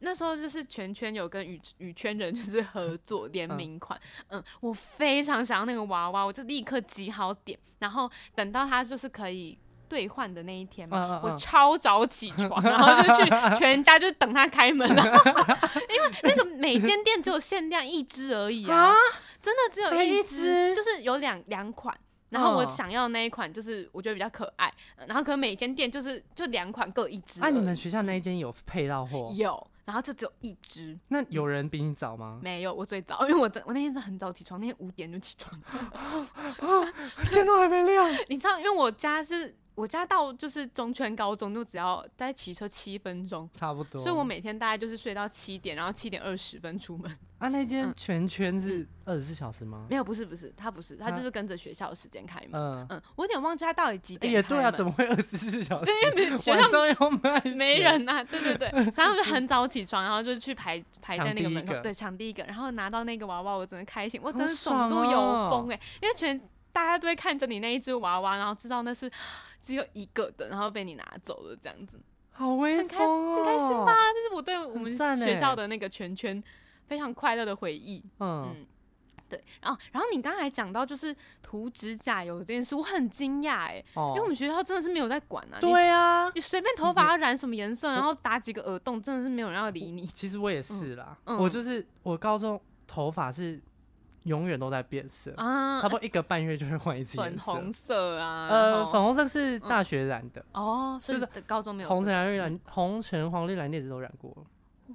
那时候就是全圈有跟羽羽圈人就是合作联名款，嗯，我非常想要那个娃娃，我就立刻集好点，然后等到它就是可以兑换的那一天嘛，嗯嗯我嗯超早起床，然后就 去全家就等他开门，然后 因为那个每间店只有限量一只而已啊，真的只有才一一只就是有两两款。然后我嗯想要那一款，就是我觉得比较可爱。呃然后可能每间店就是就两款各一只那、而已。啊你们学校那一间有配到货？有，然后就只有一只，那有人比你早 吗？没有。我最早，因为我真我那天真的很早起床，那天五点就起床。天都还没亮， 你知道，因为我家是我家到就是中圈高中就只要在骑车七分钟，差不多。所以我每天大概就是睡到七点，然后七点二十分出门。啊，那间全圈是二十四小时吗？嗯没有，不是不是，他不是，他就是跟着学校的时间开门。嗯，嗯，我有点忘记他到底几哎点也开对啊，门怎么会二十四小时？因为学校 晚上又卖血没。人呐、对对对， 所以他们就很早起床，然后就去排排抢在那个第一门口个，对，抢第一个，然后拿到那个娃娃，我真的开心，我真好的爽爽度哦有风哎、因为全大家都会看着你那一只娃娃，然后知道那是只有一个的，然后被你拿走了这样子，好威很开风哦、很开心吧？这是我对我们很赞欸学校的那个圈圈非常快乐的回忆。嗯，嗯，对，然后然后你刚才讲到就是涂指甲油这件事，我很惊讶哎，因为我哦，们学校真的是没有在管啊，你对啊，你随便头发要染什么颜色，然后打几个耳洞，真的是没有人要 理你。其实我也是啦，嗯我就是我高中头发是永远都在变色，啊差，不多一个半月就会换一次粉颜色。红色啊，然呃，后粉红色是大学染的，哦，所以就高中没有红橙这个蓝绿蓝，红橙黄绿蓝镊子都染过了。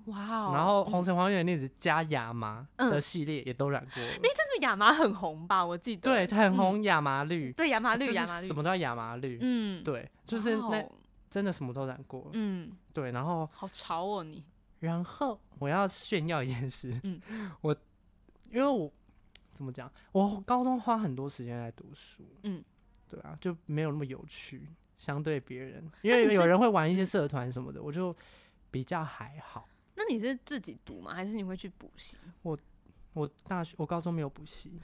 哇哦，然后红橙黄绿蓝镊子加亚麻嗯的系列也都染过了，甚至亚麻很红吧，我记得对，很红亚麻绿，对嗯亚麻就绿是亚麻绿什，么都要亚麻绿，嗯，对，就是哇那哦真的什么都染过，嗯，对，然后好潮哦你，然后我要炫耀一件事，嗯 我因为我怎么讲，我高中花很多时间在读书，嗯，对啊，就没有那么有趣，相对别 人，因那为你有是人会玩一些社团什么的，我就比较还好。那你是自己读吗？还是你会去补习？我大学我高中没有补 习，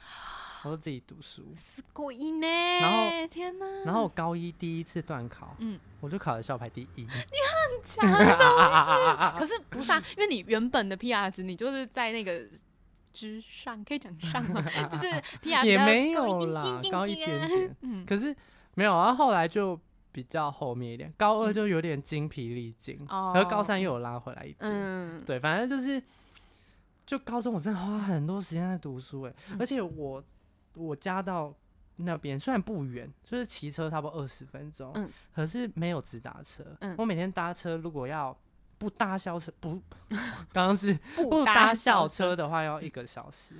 我就自己读书，是过一呢，然后天哪， 然后我高一第一次段考，嗯我就考了校排第一，强啊啊啊啊 啊啊可是不是啊，因为你原本的 PR 值，你就是在那个之上，可以讲上 吗？就是 PR 也比较没高有一啦点，点高一点点点点。嗯可是没有，然后后来就比较后面一点，高二就有点精疲力尽，嗯哦然后高三又有拉回来一点。嗯，对，反正就是，就高中我真的花很多时间在读书，哎，嗯而且我我家到那边虽然不远，就是骑车差不多二十分钟嗯，可是没有直达车嗯。我每天搭车如果要。不搭校车不， 刚刚是不 嗯不搭校校，车的话要一个小时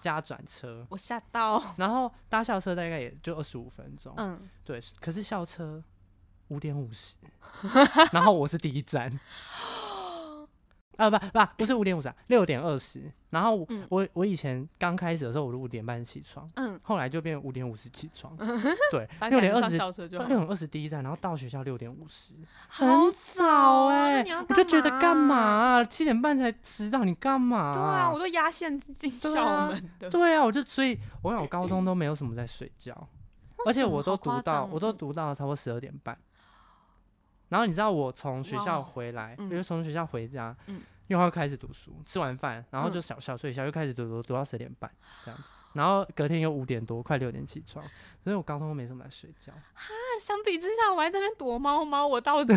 加转车，我吓到。然后搭校车大概也就二十五分钟。哦嗯，对，可是校车五点五十， 然后我是第一站。啊不不不是五点五十啊，六点二十。然后我、嗯我我以前刚开始的时候，我是五点半起床，嗯，后来就变五点五十起 床，对，反六正点赶二上十，校车就六好。点二十第一站，然后到学校六点五十，好哦很早哎、啊那你要欸我就觉得干干嘛嘛啊、七点半才迟到，你干嘛、对啊，我都压线进对校啊门 的。对啊，我就所以，我想我高中都没有什么在睡觉，而且什么我都好读夸到，张我都嗯读到差不多十二点半。然后你知道我从学哇校哦回来，我嗯就从学校回家，嗯又要开始读书，吃完饭然后嗯就小小睡一下，又开始读读读到十点半这样子。然后隔天又五点多，快六点起床，所以我高中都没什么来睡觉。那相比之下，我还在那边躲猫猫，我 到底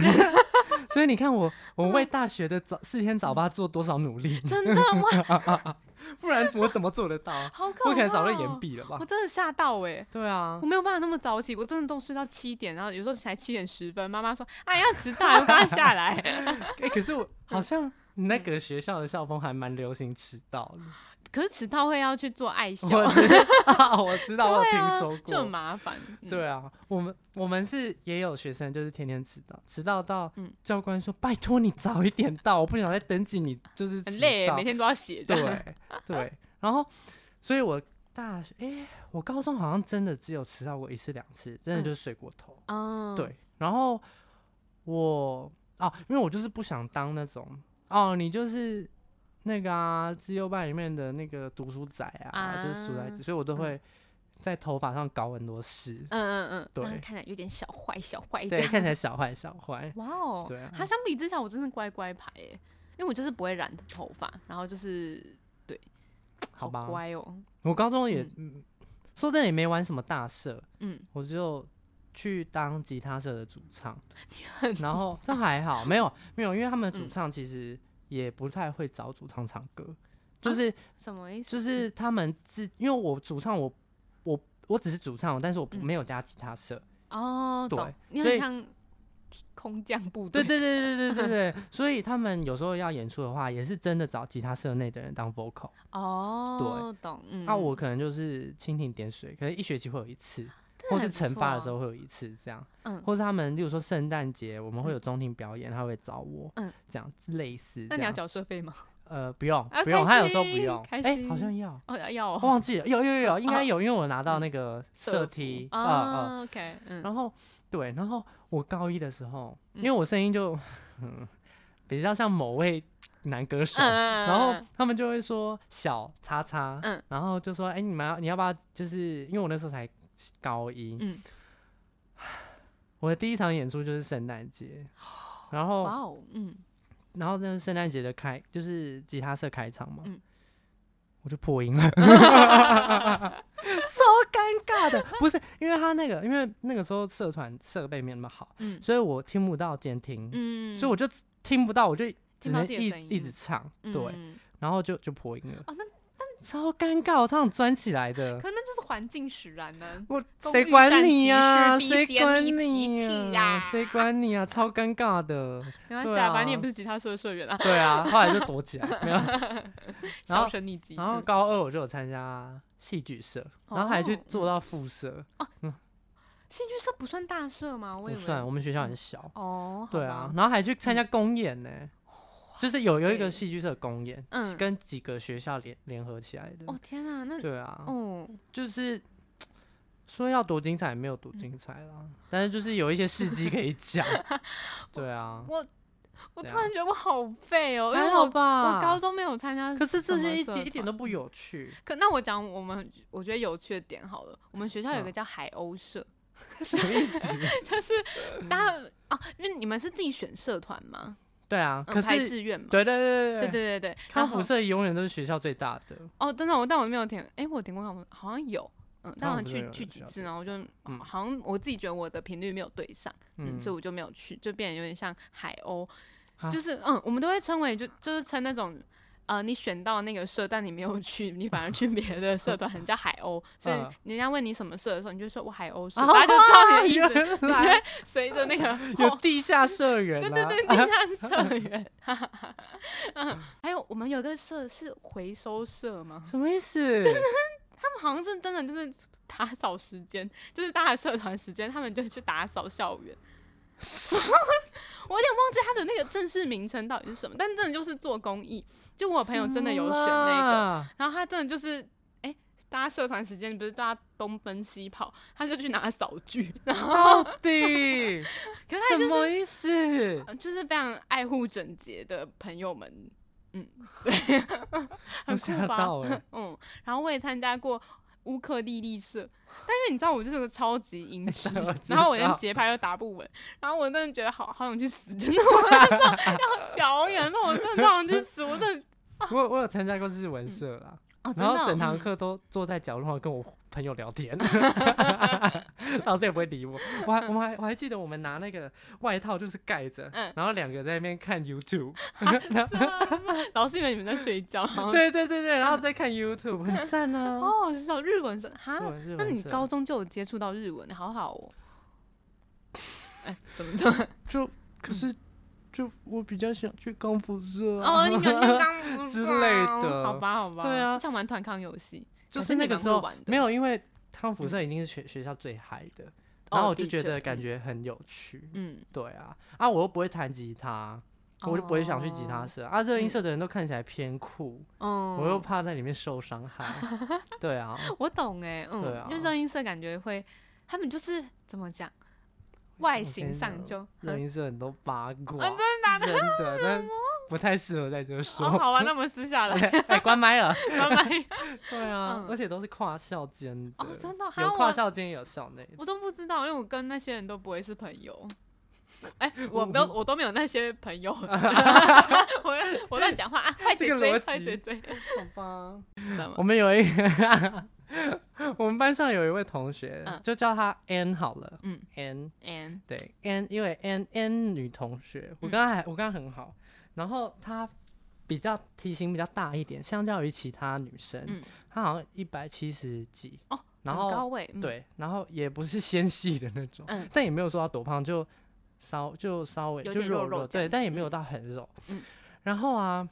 所以你看我，我嗯为大学的早四天早八做多少 努力，真的我 不然我怎么做得到啊？ 好可怕、哦我可能早就延，毕了吧我？真的吓到哎、对啊我，没有办法那么早起，我真的都睡到七点，然后有时候才七点十分，妈妈说：“哎，要迟到，我赶快下来。哎、可是我好嗯像那个学校的校风还蛮流行迟到 的，” 可是迟到会要去做爱笑， 我知 道，我知道，我有对听啊说就很过。麻烦。嗯对啊，我们我们是也有学生，就是天天迟到，迟到到嗯教官说：“拜托你早一点到，我不想再登记你，就是很迟累欸，到每天都要写这样。对对，然后，所以我大学，哎、我高中好像真的只有迟到过一次两次，真的就是睡过头。嗯，对，然后我哦，因为我就是不想当那种哦，你就是那个啊，自由班里面的那个读书仔啊，就是书呆子，啊所以我都会在头发上搞很多事，嗯嗯嗯，对那看起来有点小坏，小坏这 对，样。看起来小坏小坏。哇哦，对啊它相比之下，我真是乖乖牌哎、因为我就是不会染头发，然后就是好吧乖哦，我高中也、嗯说真的也没玩什么大社，嗯，我就去当吉他社的主 唱，然后这还好，没有没有，因为他们的主嗯唱其实也不太会找主唱唱歌，啊就是、什么意思？就是他们自，因为我主唱我我我只是主唱，但是我不没有加吉他社，哦，对懂，因所以为像空降部对队，对对对对对对，所以他们有时候要演出的话，也是真的找吉他社内的人当 vocal，哦，懂，嗯，那、我可能就是蜻蜓点水，可能一学期会有一次。这或还是不惩错罚啊的时候会有一次这样，嗯或是他们，例如说圣诞节，我们会有中庭表演，他会找我，嗯这样类似。那你要？缴社 费吗？呃，不用，啊不用，开他有时候不心用，开哎，好心像要，哦，要我哦，忘记了，有有有有，应该有，因为我拿到那个社社服梯，啊啊，啊，OK，嗯，然后对，然后我高一的时候，因为我声音就 比较像某位男歌手，嗯然后他们就会说小叉叉，嗯然后就说哎、你们要你要不要就是因为我那时候才高一，嗯我的第一场演出就是圣诞节，然后哇哦，嗯，然后那是圣诞节的开就是吉他社开场嘛，嗯我就破音了，超尴尬的，不是因为他那个因为那个时候社团设备没那么好，嗯所以我听不到监听，嗯，所以我就听不到，我就只听不到能自己的一声音一直唱，对，嗯然后就就破音了。哦那超尴尬，我差点钻起来的。可那就是环境使然呢，我工谁欲管善你其呀、事谁必先管利你其呀、器呀谁管你呀、超尴尬的。没关对系啊，啊反正你也不是吉他社的社员啊，对啊，后来就躲起来。没有然销后声匿迹。然后嗯高二我就有参加戏剧社，然后还去哦做到副社，戏剧社不算大社吗？我以不为算，我们学校很小。哦，好对啊吧，，嗯然后还去参加公演呢、就是有有一个塞戏剧社公演，嗯跟几个学校联联合起来的。哦天啊，那对啊，哦，就是说要多精彩，没有多嗯精彩啦，但是就是有一些事迹可以 讲。对啊，我对突啊然觉得我好废哦，因还为好我吧？我高，中没有参加，可是这些一什么社点一点都不有 趣。可那我讲我们我觉得有趣的点好了，我们学校有嗯个叫海鸥社，什么意思？ 就是大家哦，因为你们是自己选社团吗？对啊，嗯可是排志愿嘛。对对对对对对对对，康然后复社永远都是学校最大的。哦，真的我但我没有填，诶，我有填过康复，好像有，嗯，但康好像复社去有去比几较次，多然后我就嗯好像我自己觉得我的频率没有对上，嗯，嗯，所以我就没有去，就变得有点像海鸥，啊就是嗯，我们都会称为就就是称那种。呃，你选到那个社，但你没有去，你反而去别的社团，人叫海鸥。所以嗯人家问你什么社的时候，你就说我海鸥社，啊大家就知道你的意原思。你就来会随着那个有后地下社员啊，哦对对 对，地下社员。 嗯，还有我们有一个社是回收社吗？什么意思？就是他们好像是真的就是打扫时间，就是大家社团时间，他们就去打扫校园。 我有点忘记他的那个正式名称到底是什么，但真的就是做公益。就我朋友真的有选那个，个，然后他真的就是，哎、大家社团时间不是大家东奔西跑，他就去拿扫具，然到后 底可是他什就是么意思？呃就是非常爱护整洁的朋友们，嗯，我对，很吓酷到吧？哎，嗯，然后我也参加过乌克丽丽社，但因为你知道我就是个超级音痴哎我知，然后我连道节拍都打不稳，然后我真的觉得好好想去死，真的，我那时候要表演，那我真的超想去死，我真的我我有参加过日文社啦，哦，真然的后哦整堂嗯课都坐在角落上跟我朋友聊 天，老师也不会理我。我还我还我还记得我们拿那个外套就是盖着，嗯然后两个在那边看 YouTube，啊老师以为你们在睡觉，然后对对对对，然后再看 YouTube，很赞 啊！好好笑，日文哦是哈日，文日那文你社高中就有接触到日文，好好 哦。哎，怎么的？就可是就我比较想去康复社啊，哦，你 想去 当之类的好吧，好吧，对啊像玩团康游戏，就是那个时还是你蛮会候玩的嗯没有，因为康复社一定是学学校最嗨的，哦然后我就的觉确得感嗯觉很有趣，嗯，对啊，啊我又不会弹吉他。我就不会想去吉他哦，社、啊。热音社的人都看起来偏酷，嗯，我又怕在里面受伤害。对啊， 我懂哎、嗯，对啊因为热音社感觉会，他们就是怎么讲，外形上就热很音社很多八卦，啊真的假的真的但不太适合在这说。哦，好吧，那我们私 下来，哎、关麦了。拜拜。对啊，嗯而且都是跨校间的，哦真的还有有跨我校间也有校内的。我都不知道，因为我跟那些人都不会是朋友。 哎、我没有，我都没有那些朋友。 我我乱讲话啊，坏嘴这个嘴，逻坏嘴辑 嘴，好吧，知道吗我？们有一个 我们班上有一位同学，嗯就叫她 N 好了，嗯嗯，N。嗯对，N 因为 N N 女同学，我跟她还、我跟她很好，然后她比较体型比较大一点，相较于其他女生，嗯她好像一百七十几哦，然很高后位，嗯，对，然后也不是纤细的那种，嗯但也没有说她多胖，就稍就稍微有就点肉肉肉这对，样但子也没有嗯到很肉。嗯然后啊，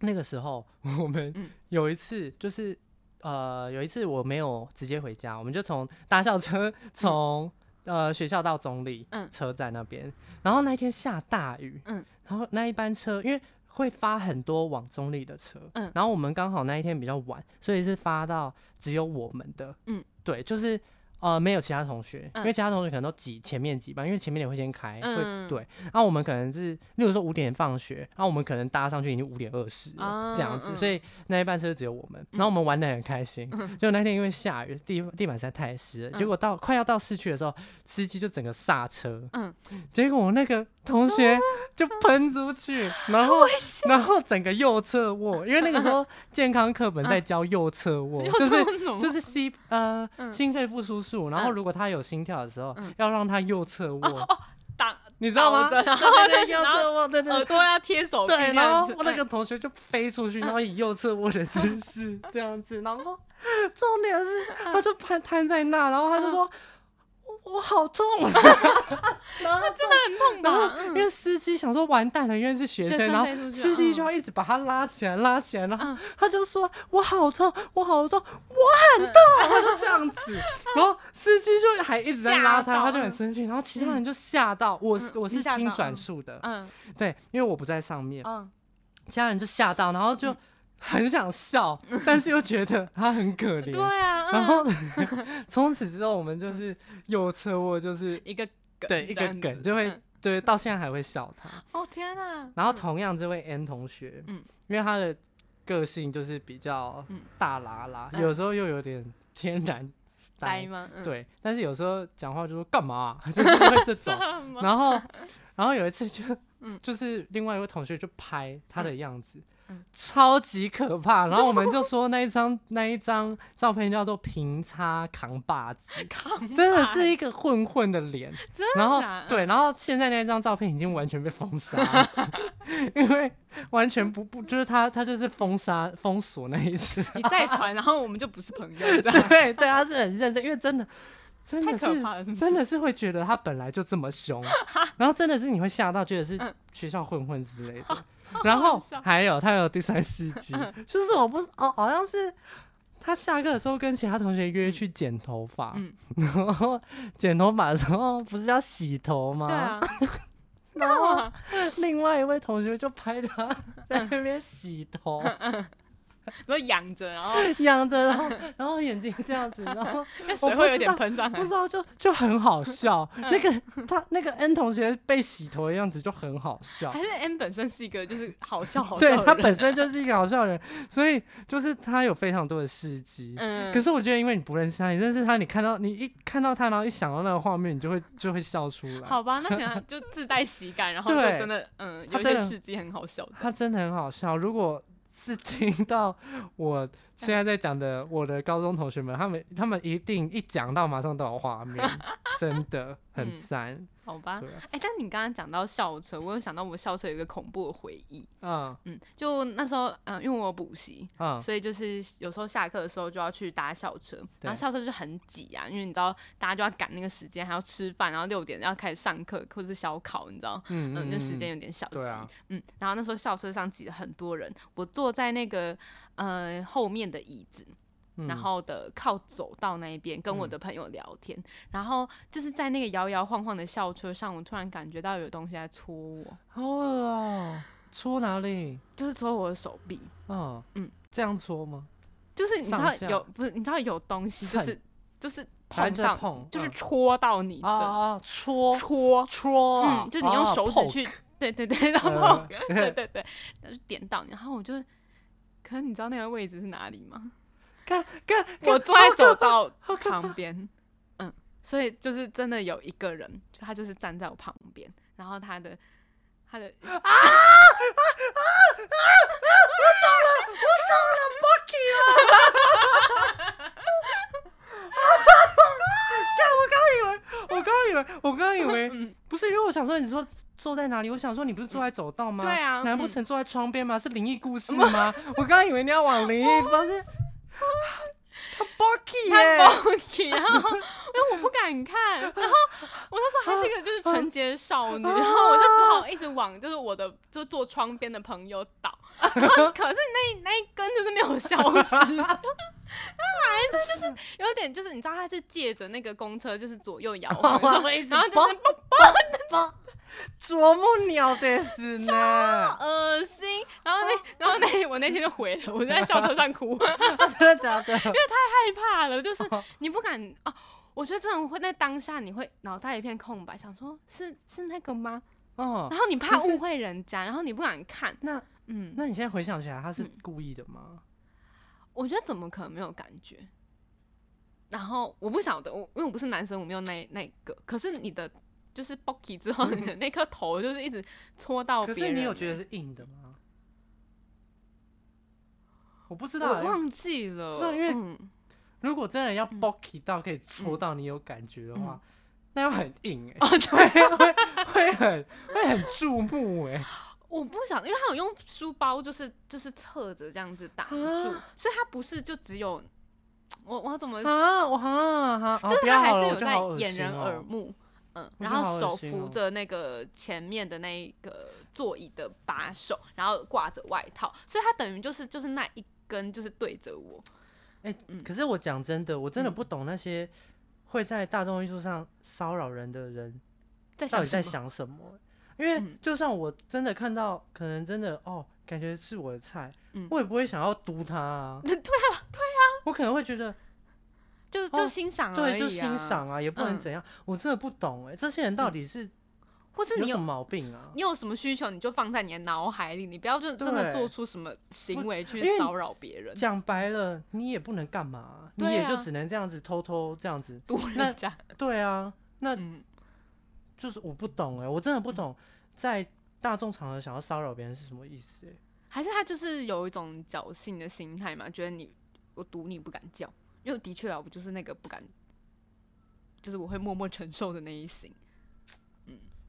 那个时候我们嗯有一次就是。呃，有一次我没有直接回家，我们就从搭校车从、呃学校到中立，嗯车站那边。然后那一天下大雨，嗯然后那一班车因为会发很多往中立的车，嗯然后我们刚好那一天比较晚，所以是发到只有我们的，嗯，对，就是呃没有其他同学，嗯因为其他同学可能都挤前面几班，因为前面也会先开，嗯会对，然后我们可能是，例如说五点放学，然后我们可能搭上去已经五点二十了、啊这样子，嗯所以那一班车只有我们，然后我们玩的很开心，就那天因为下雨，地地板实在太湿了，结果到快要到市区的时候，司机就整个刹车，嗯啊结果我那个同学就喷出去， 然后然后整个右侧卧，因为那个时 候健康课嗯本在教右侧卧，又就是是什么？就是 C 呃嗯心肺复苏术，然后嗯如果他有心跳的时候嗯，要让他右 侧卧，挡你知道吗？ 倒着然后对对对，然右后侧卧，对对耳对朵要贴手臂对，那然样后子，哎我那个同学就飞出 去，然后以右侧卧的姿势这样子，然后重点是嗯他就瘫瘫在那，然后他就说。我我好痛， 然后真的很痛。然后因为司机想说完蛋了，因为是学嗯学生，生然后飞出去司机就嗯要一直把他拉起来，拉起来，然后嗯他就说我好痛，我好痛，嗯 这样 子，然后司机就还一直在拉他，吓到他就很生气，然后其他人就吓到，我是嗯我是你吓到听转述的，嗯对，因为我不在上面，嗯，其他人就吓到，然后就很想笑，但是又觉得他很可嗯对怜，啊，然嗯后 从此之后我们就是右侧卧就是一个梗，对一这个样梗子就会嗯对，到现在还会笑他。哦天啊，然后同样这位 N 同学，嗯因为他的个性就是比较嗯大啦啦，嗯有时候又有点天然呆吗？嗯，对，但是有时候讲话就说干嘛啊、 就是会这 种。干嘛然后，然后有一次就 嗯，就是另外一位同学就拍他的样子嗯，超级可怕。然后我们就说那一张那一张照片叫做平叉扛把子，真的是一个混混的脸。 真的然后假的对，然后现在那张照片已经完全被封杀了， 因为完全不不就是他他就是封杀封锁那一次。你再传，然后我们就不是朋友， 这样对对，他是很认真，因为真的真的太可怕了是不是真的是会觉得他本来就这么 凶，然后真的是你会吓到，觉得是嗯学校混混之类的。然后笑嗯还有他有第三世纪，就是我不哦，好像是他下课的时候跟其他同学约去剪头发，嗯然后剪头发的时候不是要洗头吗？对 啊，然后另外一位同学就拍他 嗯在那边洗头，然后养着，然后仰着，然后然后眼睛这样子，然后那我水不会有知点道喷上来不知。道就就很好 笑。嗯那个他那个 N 同学被洗头的样子就很好笑还，是 M 本身是一个就是好笑好笑对的他人本身就是一个好笑的人，所以就是他有非常多的事迹。嗯，可是我觉得，因为你不认识他，你认识他，你看到你一看到他，然后一想到那个画面，你就会就会笑出来。 好吧，那可能他就自带喜感，然后就 对真的嗯，他有一真些的事迹很好笑的。他真的很好笑。如果是听到我现在在讲的，我的高中同学们，他们他们一定一讲到马上都有画 面，真的很嗯赞。好吧。对啊，哎、但你刚刚讲到校车，我有想到我校车有一个恐怖的回忆。嗯嗯，就那时候，嗯、因为我有补习，嗯，所以就是有时候下课的时候就要去搭校车，然对后校车就很挤啊，因为你知道大家就要赶那个时间，还要吃饭，然后六点要开始上课或者是小考，你知道，嗯嗯，就时间有点小对啊挤，嗯，然后那时候校车上挤了很多人，我坐在那个呃后面的椅子，嗯然后的靠走道那一边跟我的朋友聊天，然后就是在那个摇摇晃晃的校车上，我突然感觉到有东西在戳我，好恶哦、戳哪里？就是戳我的手臂，嗯嗯嗯，这样戳吗？就是你知上道下有不是你知道有东西就蹭是就是反碰正到碰就是嗯戳到你的、啊啊，啊戳戳，戳啊，嗯，就你用啊手指去，对 对对，然后呃对对对，然后就点到你，然后我就，可是你知道那个位置是哪里吗？看看，我坐在走道旁边，嗯，所以就是真的有一个人，就他就是站在我旁边，然后他的他的我刚刚以为，我刚刚以 嗯为不是，因为我想说你说坐在哪里，我想说你不是坐在走道吗？对啊难不成坐在窗边吗？是灵异故 事吗？我刚刚以为你要往灵异方向，他 Bucky 耶， b o k 然后因为我不敢看，然后我那时候还是一个就是纯洁少女，然后我就只好一直往就是我的就坐窗边的朋友倒，然后可是那那一根就是没有消失，他还就是有点就是你知道他是借着那个公车就是左右摇晃，然后然后就是啄木鸟的死 呢？恶心，然后那然后那我那天就毁了，我就在校车上哭，害 真的假的？怕了，就是哦你不敢啊。我觉得真的会在当下，你会脑袋一片空白，想说是是那个吗？哦，然后你怕误会人家，然后你不敢看。那嗯，那你现在回想起来，他是故意的吗？我觉得怎么可能没有感觉？然后我不晓得，我因为我不是男生，我没有那那个。可是你的就是 b o k y 之后，你的那颗头就是一直戳到可别是人。欸你有觉得是硬的吗？我不知道我欸，忘嗯记了，不是因为 嗯如果真的要 b o k y 到可以戳到你有感觉的话，那要很硬哎、嗯哦对， 会会很会很注目 哎、我不晓得，因为他有用书包，就是就是侧着这样子挡住，所以他不是就只有我我要怎么啊，我啊哈，啊就是不他要还好是了有我就好在恶掩心人哦耳目，嗯，我然觉得好后恶手心扶哦着那个前面的那一个座椅的把手，然后挂着外套，所以他等于就是就是那一根就是对着我，哎、可是我讲真的，我真嗯的不懂那些会在大众运输上骚扰人的人在到想底在什么？想什么欸？因为嗯就算我真的看到，可能真的哦，感觉是我的菜，嗯我也不会想要嘟他啊。 对啊，我可能会觉得，就哦就欣赏而已、啊对，就欣，赏啊，也不能嗯怎样。我真的不懂哎、这些人到底是或是有你什有么毛病啊？你有什么需求，你就放在你的脑海里，你不要就真的对做出什么行为去因为骚扰别人，讲白了，你也不能干嘛啊、你对也就啊只能这样子偷偷这样子。 堵那人家。对啊，那嗯，就是我不懂哎、我真的不懂，在大众场合想要骚扰别人是什么意思、欸？还是他就是有一种侥幸的心态嘛，觉得你我赌你不敢叫，因为的确啊，我就是那个不敢，就是我会默默承受的那一型。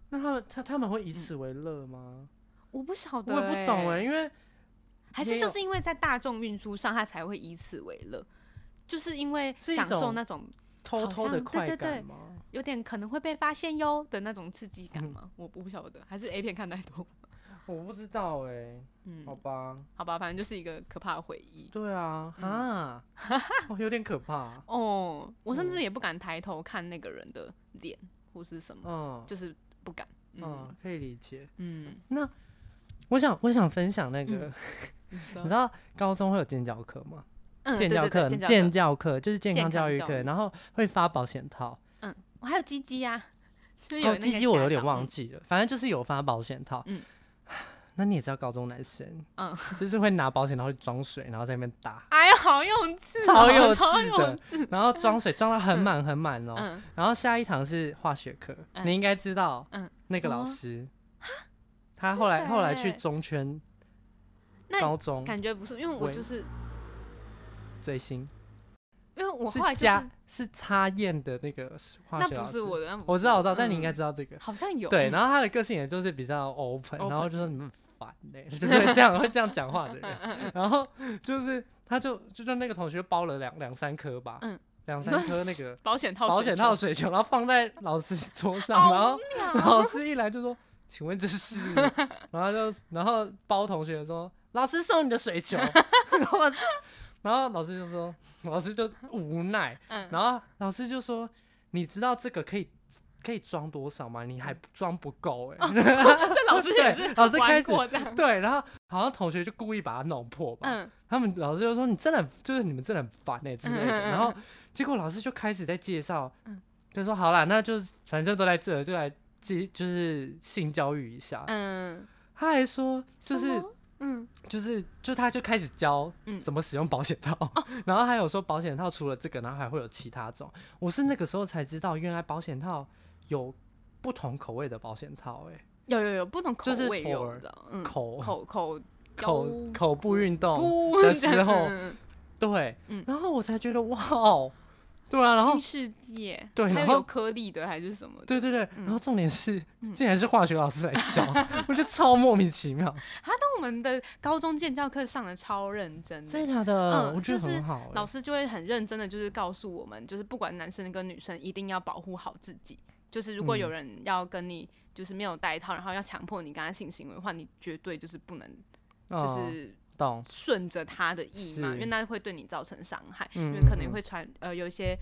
那他们他他们嗯会以此为乐吗？我不晓得、我也不懂哎、哎、因为还没是有就是因为在大众运输上，他才会以此为乐，就是因为是一享受种那种偷偷好的像对快对感对吗？有点可能会被发现哟的那种刺激感嘛。我不晓得，还是 A 片看太多。我不知道哎、 嗯好，吧，好吧，反正就是一个可怕的回忆。对啊，啊，哦有点可 怕，哦，我甚至也不敢抬头看那个人的脸或是什么，嗯就是不敢。嗯嗯，可以理解。嗯，我想我想分享那个，你说你知道高中会有健教课吗？嗯健对教对对课，教健教课就是健健康康教育教课，育然后会发保险套。我还有鸡鸡呀，就是有哦，那鸡个鸡我夹有点到忘，记了，反正就是有发保险套。嗯 那你也知道高中男生，嗯，就是会拿保险套去装水，然后在那边打，哎呦，好幼稚哦，超幼超稚的然后装水装到很满很满哦。嗯，然后下一堂是化学课，嗯你应该知道，嗯那个什老么啊师，他是后来后来谁去中圈，那高中感觉不是，因为我喂就是最新因为我是后来就是加是插验的那个化那学不老是师，我的，那不我知道我知道，但你应嗯该知道这个。好像有对，然后他的个性也就是比较 open，然后 Open 就是你们烦嘞， 就是会这样会这样讲话的嗯人。然后就是他就就就那个同学包了两两三颗吧，嗯两三颗那 个保险套保水险球哦套水球，然后放在老师桌上，然后 老师一来就说：“请问这是？” 然后就然后包同学说：“老师送你的水球。” 然后然后老师就说，老师就无奈，嗯然后老师就说：“你知道这个可以可以装多少吗？你还装不够哎、这老师也是对老师开玩始过这样， 对，然后好像同学就故意把它弄破吧。嗯，他们老师就说：“你真的很就是你们真的很烦哎、之类的。嗯嗯嗯然后结果老师就开始在介绍，嗯就说：“好啦，那就是反正都在这，就来介就是性教育一下。嗯，他还说：“啊就是什么嗯，就是就他就开始教嗯哦怎么使用保险套， 然后还有说保险套除了这个，然后还会有其他种。我是那个时候才知道，原来保险套有不同口味的保险套、欸，有有有不同口就是味 for 有的，嗯，口口口口腰口部运动，菇的时候嗯对嗯，然后我才觉得哇哦，对啊，然后新世界，对还然有后有颗粒的还是什么的，对对对，然后重点是嗯竟然是化学老师来教， 我觉得超莫名其妙，那我们的高中建教课上的超认真的，真的假的？嗯我觉得就是很好老欸，师就会很认真的，就是告诉我们，就是不管男生跟女生，一定要保护好自己。就是如果嗯有人要跟你就是没有戴套，然后要强迫你跟他性行为的话，你绝对就是不能就嗯是懂，顺着他的意嘛，是因为那会对你造成伤害，嗯因为可嗯能嗯会传呃有一些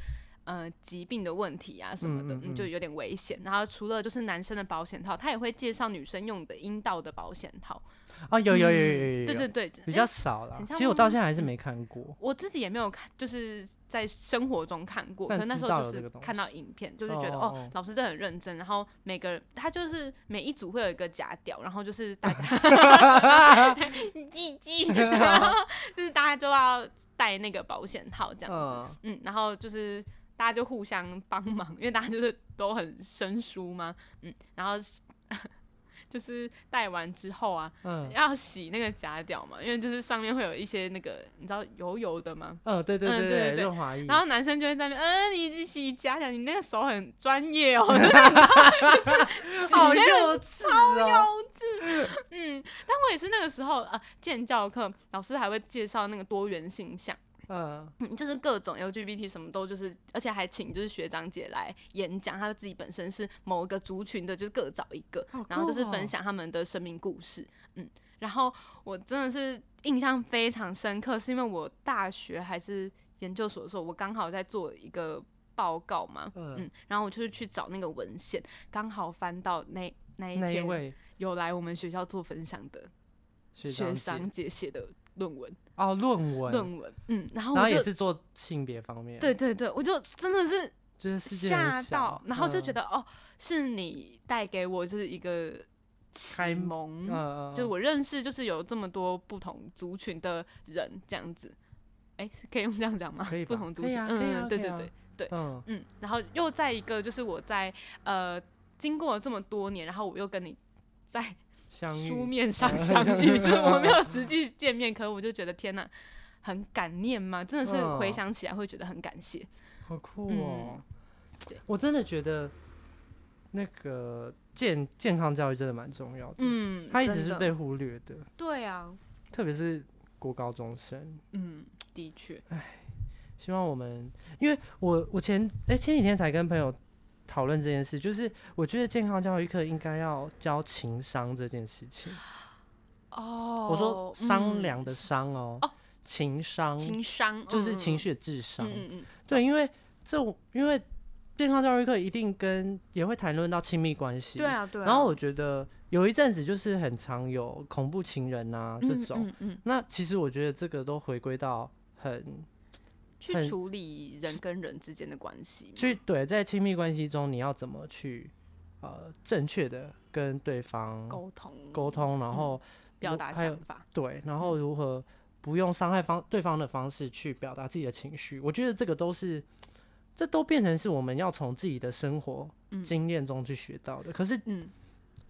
呃疾病的问题啊什么的，嗯嗯嗯嗯就有点危险。然后除了就是男生的保险套，他也会介绍女生用的阴道的保险套。嗯哦，有有有有有有，对对嗯对，比诶较少啦很。其像嗯实我妈到妈现在还是没看 过。我自己也没有看，就是在生活中看过，但可能那知时道候就有这是个东看到西影片，就是觉得哦哦哦哦老师真的很认真。然后每个人他就是每一组会有一个假屌，然后就是大 家 嗯叽叽，然后就是大家就要戴那个保险套这样子，嗯， 嗯，然后就是大家就互相帮忙，因为大家就是都很生疏嘛，嗯，然后是 就是戴完之后啊，嗯要洗那个假屌嘛，因为就是上面会有一些那个你知道油油的嘛，嗯，对对嗯对对对润滑液。然后 男生就会在那边，嗯，你一直洗假屌，你那个手很专业哦，就是你知道就是好洗那个幼稚哦，嗯，但我也是那个时候呃，建教课老师还会介绍那个多元性向，嗯，嗯就是各种 LGBT 什么都就是，而且还请就是学长姐来演讲，他自己本身是某一个族群的，就是各找一个，然后就是哦分享他们的生命故事，嗯，然后我真的是印象非常深刻，是因为我大学还是研究所的时候，我刚好在做一个报告嘛，嗯嗯然后我就是去找那个文献，刚好翻到那那一那一天位有来我们学校做分享的学学长姐长姐写的论文，哦，论文，论文，嗯，然后然我后就也是做性别方面，对，对对，我就真的是就是世界很吓到小，然后就觉嗯得、哦，是你带给我就是一个开启蒙蒙，嗯，就嗯我认识就是有这么多不同族群的人这样子，哎、是可以用这样讲吗？可以不吧同族可以群，啊可以嗯，啊对可以对啊对，嗯，嗯，然后又在一个就是我在呃经过了这么多年，然后我又跟你在相书遇， 面上相遇，就是我们没有实际见面，可我就觉得天哪，很感念嘛，真的是嗯回想起来会觉得很感谢。好酷嗯哦对！我真的觉得那个健健康教育真的蛮重要的，，嗯，它一直真是的被忽略的，对啊，特别是国高中生。嗯，的确，希望我们，因为我我前哎、前几天才跟朋友讨论这件事，就是我觉得健康教育课应该要教情商这件事情。哦我说商嗯量的商哦，哦情商情商就是情，嗯绪的智商。嗯嗯嗯对，因为这种因为健康教育课一定跟也会谈论到亲密关系。对。啊对啊。然后我觉得有一阵子就是很常有恐怖情人啊这嗯种，嗯嗯那其实我觉得这个都回归到很很去处理人跟人之间的关系嘛，去对，在亲密关系中，你要怎么去呃正确的跟对方沟通沟通，然后表如达还有想法，对，然嗯后如何不用伤害方对方的方式去表达自己的情绪，我觉得这个都是这都变成是我们要从自己的生活嗯经验中去学到的。可是嗯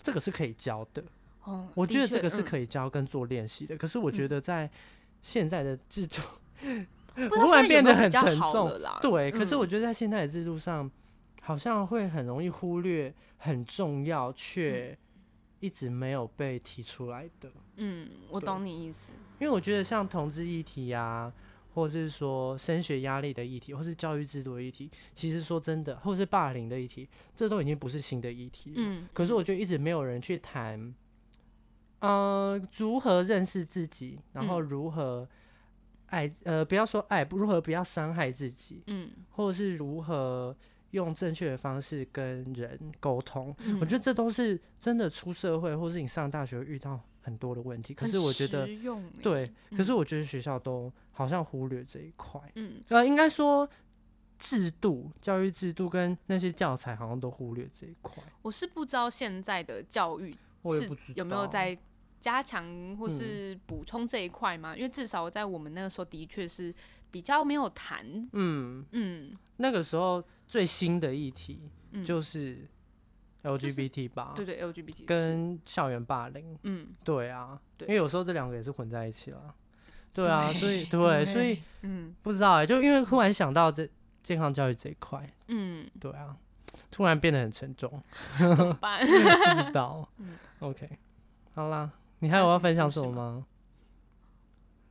这个是可以教的，哦，我的觉得确这个是嗯可以教跟做练习的，可是我觉得在现在的制度，不知道忽然变现在有没得有比很较沉好重了啦。对，可是我嗯觉得在现在的制度上，好像会很容易忽略很重嗯要却一直没有被提出来的，嗯，我对懂你意思。因为我觉得像同志议题啊，或者是说升学压力的议题，或是教育制度的议题，其实说真的，或是霸凌的议题，这都已经不是新的议题了。嗯，可是我觉得一直没有人去谈，呃，如何认识自己，然嗯后如何爱，呃，不要说爱，如何不要伤害自己，嗯，或者是如何用正确的方式跟人沟通。嗯我觉得这都是真的出社会，或是你上大学会遇到很多的问题。可很是我觉得实，用欸，对，可是我觉得学校都好像忽略这一块。嗯，呃，应该说。制度、教育制度跟那些教材好像都忽略这一块，我是不知道现在的教育我也是不知道嗯有没有在加强或是补充这一块吗？因为至少在我们那个时候的确是比较没有谈，嗯，嗯，那个时候最新的议题嗯就是 LGBT 吧，对对，LGBT 是跟校园霸凌，嗯对啊，对因为有时候这两个也是混在一起了，对啊，所以对，所以嗯不知道哎、就因为忽然想到这健康教育这一块， 嗯，对啊，突然变得很沉重，怎么办？ 不知道，OK，好啦，你还有要分享什么吗？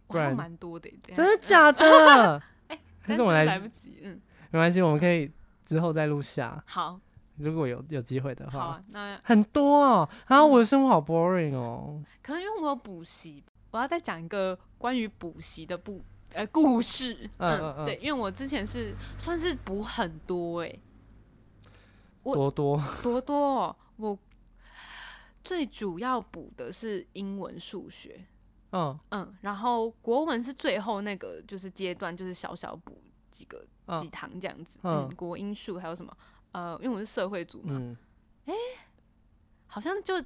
我不还有然蛮多的，这样真的假 的？ 还哎是但是我来，来不及，嗯，没关系，我们可以之后再录下，好，如果有有机会的好嗯话。啊，那很多哦，啊，我的生活好 boring 哦。可能因为我有补习，我要再讲一个关于补习的不呃故事，嗯嗯嗯对，因为我之前是算是补很多哎、我多多，多多哦、我最主要补的是英文、数学，嗯嗯，然后国文是最后那个就是阶段，就是小小补几个嗯几堂这样子，嗯嗯，国英数还有什么？呃，因为我是社会组嘛，嗯，好像就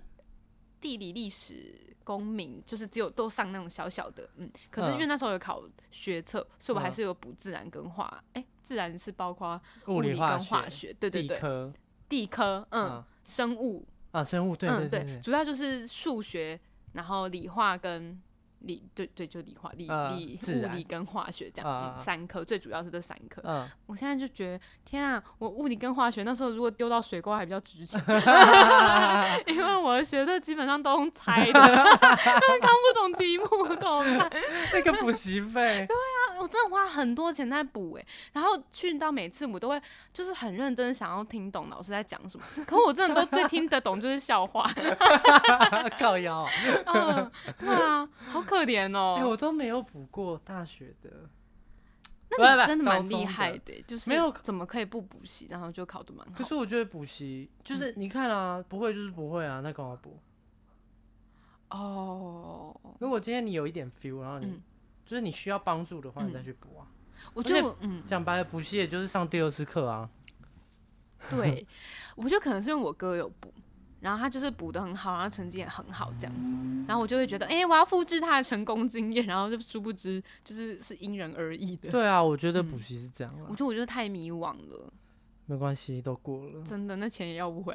地理、历史、公民，就是只有都上那种小小的，嗯。可是因为嗯那时候有考学测，所以我还嗯是有补自然跟化，哎、自然是包括物理理跟化化学，对对地对，科，地科，嗯，嗯生物，啊，生物，对嗯，对对，主要就是数学，然后理化跟理，对对，就理化、理呃理、自物然理跟化学这样、啊啊啊嗯三科，最主要是这三科。嗯， 我现在就觉得，天啊，我物理跟化学那时候如果丢到水沟还比较 值钱，因为我的学测基本上都用猜的， 看不懂题目怎么办？那个补习 费，我真的花很多钱在补哎、然后去到每次我都会就是很认真想要听懂老师在讲什么，可我真的都最听得懂就是笑话， 靠腰哦，嗯，对啊，好可怜哦、哎，我都没有补过大学的，那不你不真的高蛮中厉的害的欸、就是没有怎么可以不补习，然后就考得蛮好。可是我觉得补习嗯就是你看啊，不会就是不会啊，那干嘛补？哦，如果今天你有一点 feel，然后你嗯就是你需要帮助的话，你再去补啊。我而觉且得我嗯，讲白了，补习也就是上第二次课啊。 对，我觉得可能是因为我哥有补，然后他就是补的很好，然后成绩也很好这样子，然后我就会觉得，哎、我要复制他的成功经验，然后就殊不知就是是因人而异的。对啊，我觉得补习是这样嗯我啊，觉得我就是太迷惘了，没关系，都过了。真的，那 钱也要不回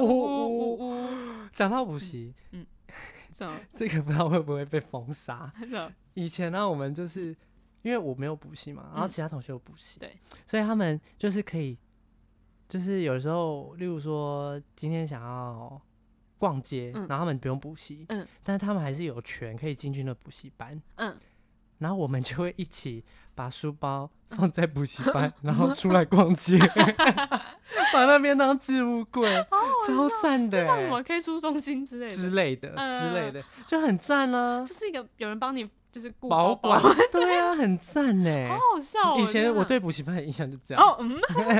呜呜呜呜呜！呜呜， 讲到补习，怎么这个不知道会不会被封杀。怎 么？以前呢、我们就是因为我没有补习嘛，然后其他同学有补习，嗯对，所以他们就是可以，就是有时候，例如说今天想要逛街，嗯然后他们不用补习，嗯，但是他们还是有权可以进去那补习班，嗯，然后我们就会一起把书包嗯放在补习 班，然后出来逛街， 把那边当置物柜，超赞的、那我欸，可以出中心之类的，之类的之类的，就很赞啊。就是一个有人帮你就是顾保包包管， 对啊，很赞呢。 好好笑、哦。以前天我哪对补习班的印象就这样，哦，嗯，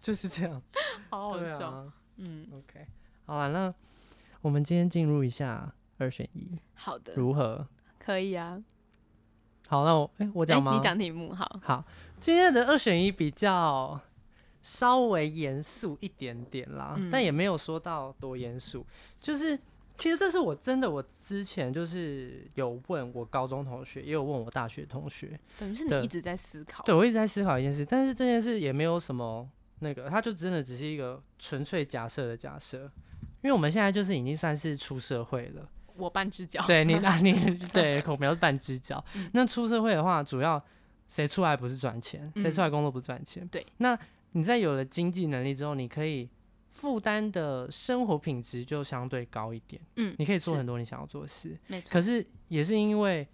就是这样。好好对笑，啊嗯， ，OK，好了，那我们今天进入一下二选一，好的，如何？可以啊。好，那我哎，我我讲吗？你讲题目好，好，今天的二选一比较稍微严肃一点点啦，嗯但也没有说到多严肃。就是其实这是我真的，我之前就是有问我高中同学，也有问我大学同学，等于是对你一直在思考，对，我一直在思考一件事，但是这件事也没有什么那个，它就真的只是一个纯粹假设的假设，因为我们现在就是已经算是出社会了，我半只脚，对 你那你对口苗是半只脚。嗯那出社会的话，主要谁出来不是赚钱，谁出来工作不是赚钱？嗯对。那你在有了经济能力之后，你可以负担的生活品质就相对高一点，嗯，你可以做是很多你想要做的事。没错，可是也是因为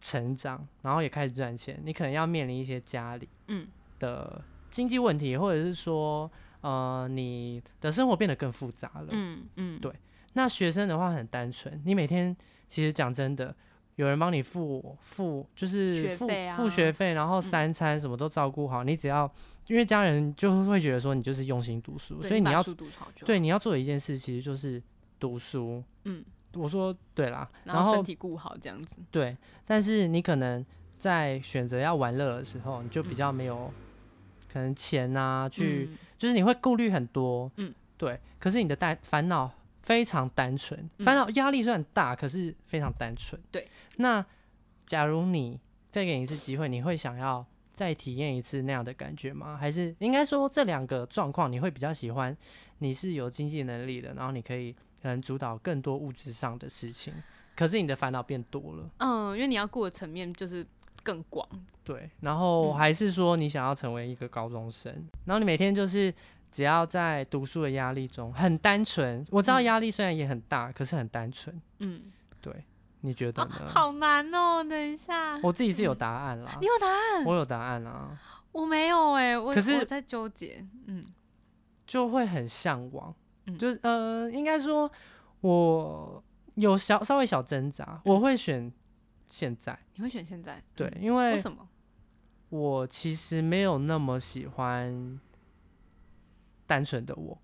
成长，然后也开始赚钱，你可能要面临一些家里嗯的经济问题，或者是说，呃，你的生活变得更复杂了。嗯 嗯，对那学生的话很单纯，你每天其实讲真的，有人帮你付付就是学付费啊付学费，然后三餐什么都照顾好，你只要因为家人就会觉得说你就是用心读书，对所以你把要书读好就好，对你要做的一件事其实就是读书。嗯，我说对啦，然后身体顾好这样子，对，但是你可能在选择要玩乐的时候，你就比较没有、可能钱啊，去、嗯就是你会顾虑很多，嗯，对。可是你的单烦恼非常单纯，烦恼压力虽然大，可是非常单纯。嗯对，那假如你再给你一次机会，你会想要再体验一次那样的感觉吗？还是应该说这两个状况，你会比较喜欢你是有经济能力的，然后你可以可能主导更多物质上的事情，可是你的烦恼变多了。嗯，因为你要顾的层面就是更广，对，然嗯后还是说你想要成为一个高中生，然后你每天就是只要在读书的压力中很单纯。我知道压力虽然也很大，可是很单纯。嗯，对，你觉得啊呢？好难哦，等一下，我自己是有答案啦，你有答案？我有答案啊啦，我没有哎，我可是我在纠结，嗯就会很向往，嗯就是呃，应该说我有小稍微小挣扎，我会选现在。你会选现在？对，嗯，因为为什么？我其实没有那么喜欢单纯的我，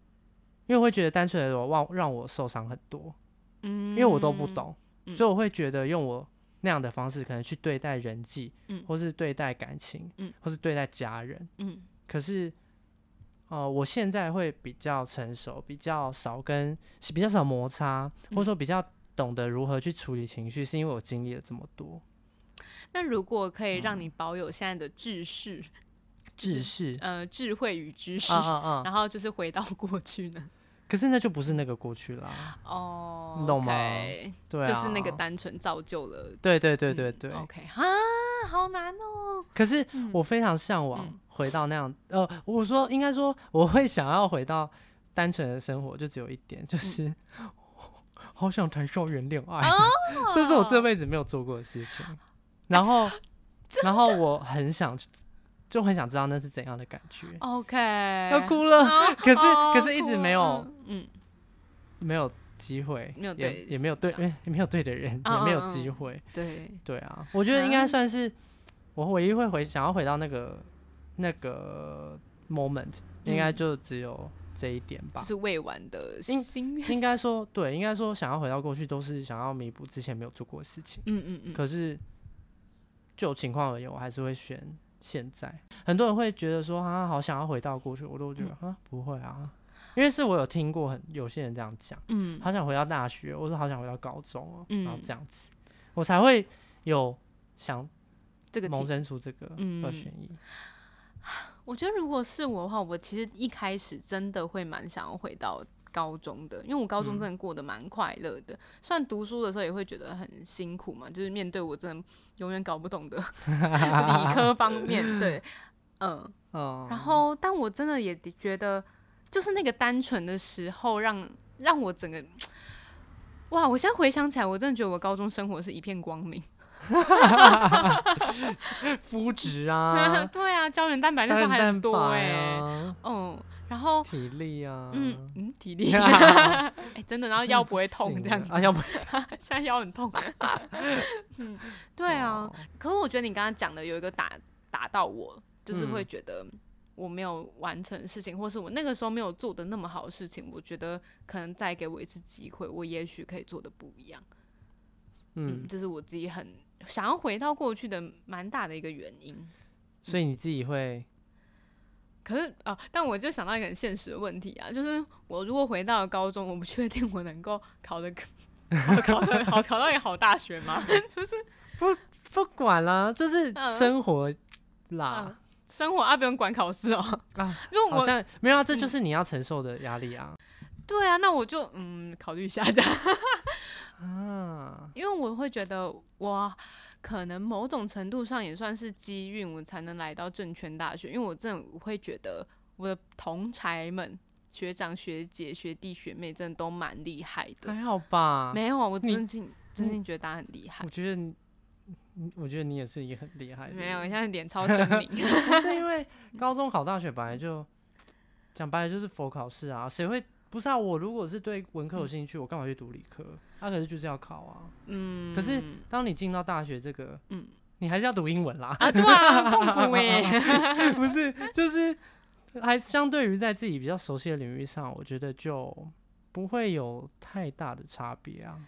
因为我会觉得单纯的我让让我受伤很多，嗯，因为我都不懂，嗯所以我会觉得用我那样的方式可能去对待人际，嗯或是对待感情，嗯或是对待家人。嗯，可是，呃，我现在会比较成熟，比较少跟比较少摩擦，或嗯者说比较懂得如何去处理情绪，是因为我经历了这么多那如果可以嗯让你保有现在的知识，智是事。呃，智慧与知识嗯啊，啊啊！然后就是回到过去呢？可是那就不是那个过去啦，哦，你懂吗 OK，对、啊，就是那个单纯造就了。对对对对对。 OK，哈，好难哦。可是我非常向往嗯回到那样，呃，我说应该说我会想要回到单纯的生活，就只有一点，嗯就是、好想谈校园恋哦爱，这是我这辈子没有做过的事情。然 后，然后我很想，就很想知道那是怎样的感觉， OK，要哭了。可是哦可是一直没有哭了嗯，没有机会，没有也对也没有对，也没有对的人，嗯也没有嗯嗯机会。对，对啊，我觉得应该算是我唯一会回想要回到那个那个 moment，应该就只有这一点吧就。是未完的应心愿。 应该说对，应该说想要回到过去，都是想要弥补之前没有做过的事情。嗯嗯嗯，可是就情况而言，我还是会选现在。很多人会觉得说啊，好想要回到过去，我都觉得啊不会啊，因为是我有听过很有些人这样讲，嗯好想回到大学，我说好想回到高中哦、嗯然后这样子，我才会有想这个萌题生出这个嗯二选一。我觉得如果是我的话，我其实一开始真的会蛮想要回到高中的，因为我高中真的过得蛮快乐的。虽然读书的时候也会觉得很辛苦嘛，就是面对我真的永远搞不懂的 理科方面， 对，嗯、嗯，然后，但我真的也的觉得，就是那个单纯的时候让，让我整个，哇！我现在回想起来，我真的觉得我高中生活是一片光明。 肤质啊， 对啊，胶原蛋白那时候还很多哎、蛋白啊嗯，然后，体力啊， 嗯嗯，体 力，真哎、真的，然后腰不会痛行这样了子，啊， 腰不现在腰很痛。 嗯，对哦啊，，可是我觉得你刚刚讲的有一个打打到我，就是会嗯觉得我没有完成事情，或是我那个时候没有做的那么好的事情，我觉得可能再给我一次机会，我也许可以做的不一样。嗯，嗯，这是我自己很想要回到过去的蛮大的一个原因。所以你自己会可是啊、但我就想到一个很现实的问题啊，就是我如果回到高中，我不确定我能够考得更考得好，考到一个好大学吗？不管啦，就是嗯生活啦啊生活啊，不用管考试哦。啊，如好果我嗯像没有啊，这就是你要承受的压力啊。对啊，那我就嗯考虑一下这样，嗯啊，因为我会觉得我可能某种程度上也算是机运，我才能来到证券大学，因为我真的会觉得我的同才们。学长、学姐、学弟、学妹真的都蛮厉害的，还好吧？没有啊，我哎你真心真心觉得大家很厉害我。觉得你，你我觉得你也是一个很厉害的人。没有，你现在脸超狰 狞。不是因为高中考大学本来就讲白了就是佛考试啊，谁会不是啊？我如果是对文科有兴趣，我干嘛去读理科？啊，可是就是要考啊。嗯，可是当你进到大学这个，嗯你还是要读英文啦， 啊，对啊，很痛苦哎、不是？就是还相对于在自己比较熟悉的领域上，我觉得就不会有太大的差别啊。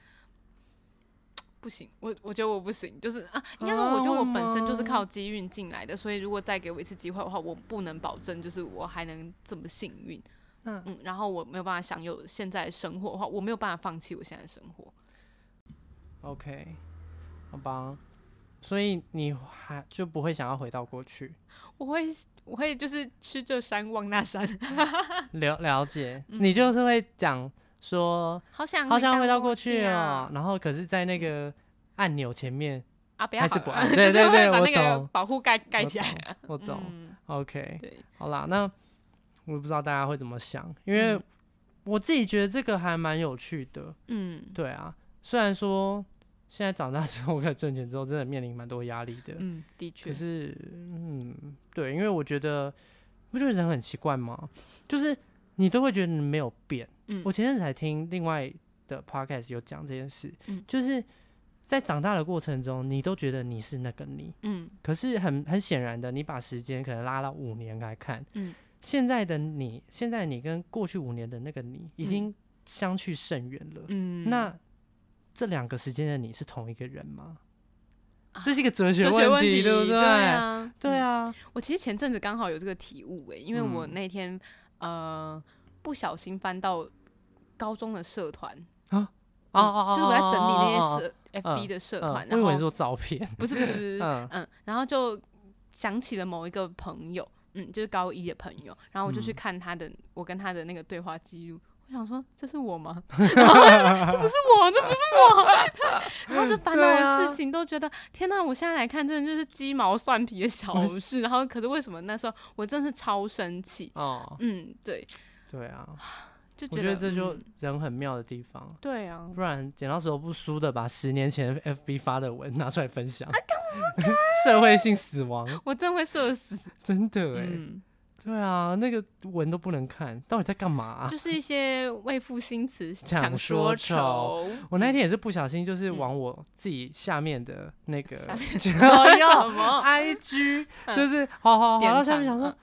不行，我我觉得我不行，就是啊，应该说我觉得我本身就是哦靠机运进来的，所以如果再给我一次机会的话，我不能保证就是我还能这么幸运。那嗯，然后我没有办法享有现在的生活的话，我没有办法放弃我现在的生活。 OK，好吧。所以你还就不会想要回到过去， 我会我会就是吃这山望那山，了了解，你就是会讲说好 想好想回到过过去哦啊，，然后可是，在那个按钮前面啊不要还是好不了 按，就对是对会对，把我那个懂，保护盖盖起来。我懂嗯， ，OK，对，好啦，那我不知道大家会怎么想，因为嗯我自己觉得这个还蛮有趣的，嗯对啊，虽然说现在长大之后开 始挣钱之后，真的面临蛮多压力的，嗯，的确可，是，嗯，对，因为我觉得，不觉得人很奇怪吗？就是你都会觉得你没有变。嗯我前阵子才听另外的 podcast 有讲这件事，嗯就是在长大的过程中，你都觉得你是那个你，嗯可是很很显然的，你把时间可能拉到五年来看，嗯，现在的你，现在你跟过去五年的那个你已嗯经相去甚远了。嗯，那这两个时间的你是同一个人吗？这是一个哲学啊哲学问问题，题对不对？啊，对啊，我其实前阵子刚好有这个体悟诶、因为我嗯那天、呃不小心翻到高中的社团，哦哦哦，就是我在整理那哦些哦社、嗯 FB 的社哦团，嗯我以为然你后说照片，不是不是不是，嗯嗯，然后就想起了某一个朋友，嗯，就是高一的朋友，然后我就去嗯看他的，我跟他的那个对话记录，我想说这是 我吗？ 然后这不是我，这不是我， 然后就烦恼对啊的事情都觉得，天哪！我现在来看，真的就是鸡毛蒜皮的小 事，然后可是为什么那时候我真的是超生气？哦，嗯，对，对啊，就我觉得这就嗯人很妙的地方。对啊，不然剪刀石头布输的，把十年前 FB 发的文拿出来分啊享， 社会性死亡，我真的会社死。真的哎、嗯，对啊，那个文都不能看，到底在干嘛啊、就是一些为赋新词强强说说愁愁。嗯我那天也是不小心，就是往我自己下面的那个 为什 么？ IG，就是好好好，典到下面藏想说嗯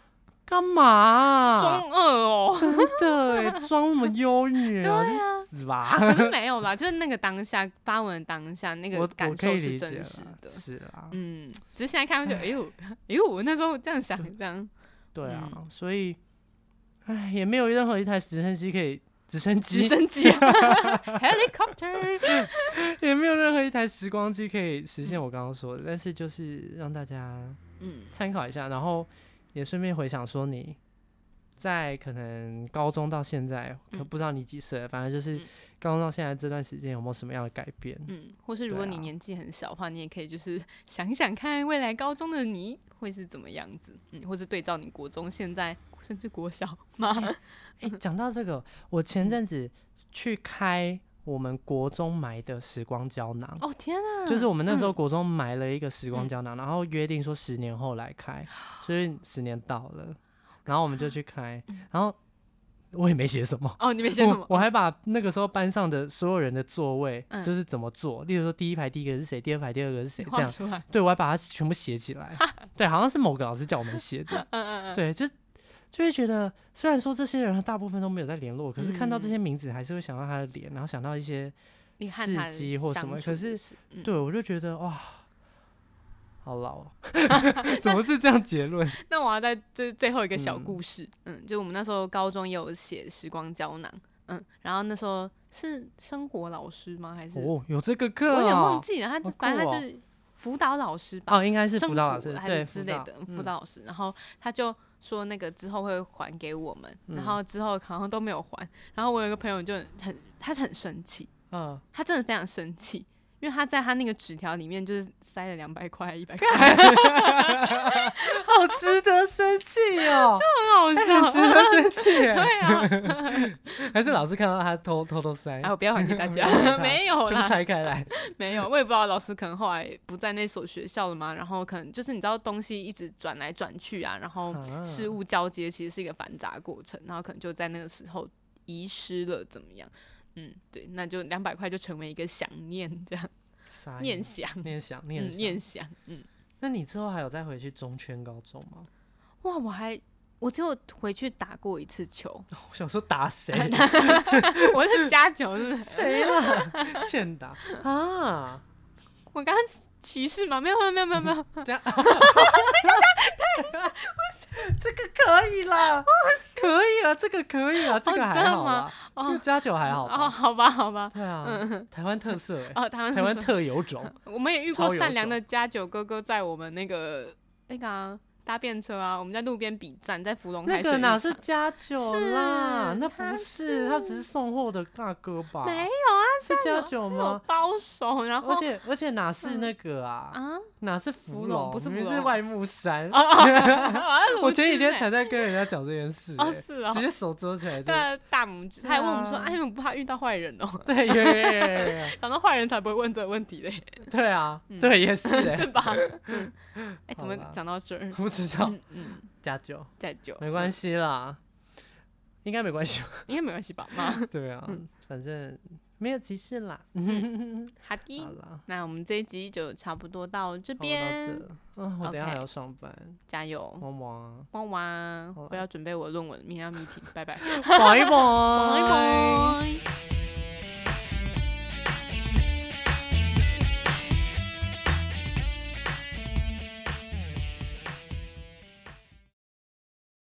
干嘛啊、中二哦。真的哎，装什么优女 啊？去死吧！可是没有啦， 就是那个当下发文的当下那我个我感可以受是理真解实啦的。是啊啦，嗯，只是现在看会觉得，哎 呦，哎呦，我那时候这样想，这样对啊，嗯所以，唉，也没有任何一台直升机可以，直升直机升机啊，helicopter， 也没有任何一台时光机可以实现我刚刚说的，但是就是让大家嗯参考一下，然后也顺便回想说你。在可能高中到现在，可嗯不知道你几岁了，啊反正就是嗯高中到现在这段时间有没有什么样的改变？嗯，或是如果对啊你年纪很小的话，你也可以就是想想看未来高中的你会是怎么样子，嗯，或是对照你国中现在甚至国小 嘛，哎、讲到这个，我前阵子去开我们国中买的时光胶囊，哦天啊，就是我们那时候嗯国中买了一个时光胶囊，然后约定说十年后来开，所以十年到了，然后我们就去开，然后我也没写什么。哦你没写什我么？我还把那个时候班上的所有人的座位，嗯就是怎么坐，例如说第一排第一个是谁，第二排第二个是谁， 这画样，出来，对我还把它全部写起来，对，好像是某个老师叫我们写的， 嗯嗯嗯，对，就就会觉得，虽然说这些人大部分都没有在联络，可是看到这嗯些名字，还是会想到他的脸，然后想到一些，你看他的事迹或什相么处可的是事，嗯对我就觉得哇，好老、哦， 怎么是这样结论？那我要再 就是最后一个小嗯故事，嗯就我们那时候高中也有写时光胶囊，嗯，然后那时候是生活老师吗？还是、哦，有这个课、我哦，有点忘记了，他好就反正酷他哦就是辅导老师吧，哦，应该是生辅导老辅师还对是之类的嗯辅导老师，然后他就说那个之后会还给我们，嗯然后之后好像都没有还。然后我有一个朋友就很，他很生气， 嗯，他真的非常生气，因为他在他那个纸条里面就是塞了两百块、一百块， 好值得生气 哦，好很 笑。值得生气耶。 对啊，还是老师看到他偷偷偷塞，哎，我不要还给大不要还家，他 没有全部啦，拆开 来。没有，我也不知道老师可能后来不在那所学校了嘛，然后可能就是你知道东西一直转来转去啊，然后啊事物交接其实是一个繁杂过程，然后可能就在那个时候遗失了，怎么样？嗯，对，那就两百块就成为一个想念，这样傻眼念想，念想念嗯，想哎念想，嗯，那你之后还有再回去中圈高中吗？ 哇，我还我只有回去打过一次 球，我想说打谁？ 我是加球，是不 是？谁啦？ 欠打啊！我刚刚歧视吗？没有，没有，没有，没 有，没有， 这样这个可以啦， 可以了，这个可以了，这个还好啦，哦真的吗哦这个加酒还好哦，吧？好吧，好吧，对啊，台湾特色哎，哦，台湾台湾特有种，我们也遇超过有善良种的家酒哥哥，在我们那个那个、啊、搭便车啊，我们在路边比赞，在芙 蓉那海水个浴哪是场加酒啦？是那不他是，他只是送货的大哥吧？没有啊，是加酒有吗？包手，然后而且而且哪是那个啊？ 啊，哪是芙芙蓉蓉？哦不是明明芙蓉是外木山。我我前几天才在跟人家讲这件事欸，哦是哦直接手遮起来就。在啊大拇指，对他还问我们说：“啊哎，你们不怕遇到坏人哦 对，有有有有有有，？”讲到坏人才不会问这个 问题嘞，对啊，对，也是哎对，吧？嗯哎，怎好么啦讲到这儿？不知道嗯嗯，加酒再酒没关，系啦，应该没关系吧。应该没关 系吧？妈，对啊，反正没有歧视啦。好的好，啦，那我们这一集就差不多到这差不多到边，这，嗯，我等一下 OK 还要上班，加油！么么，哇哇好啦！啊我要准备我的论文，明天要 meeting，拜拜。拜拜，拜拜拜。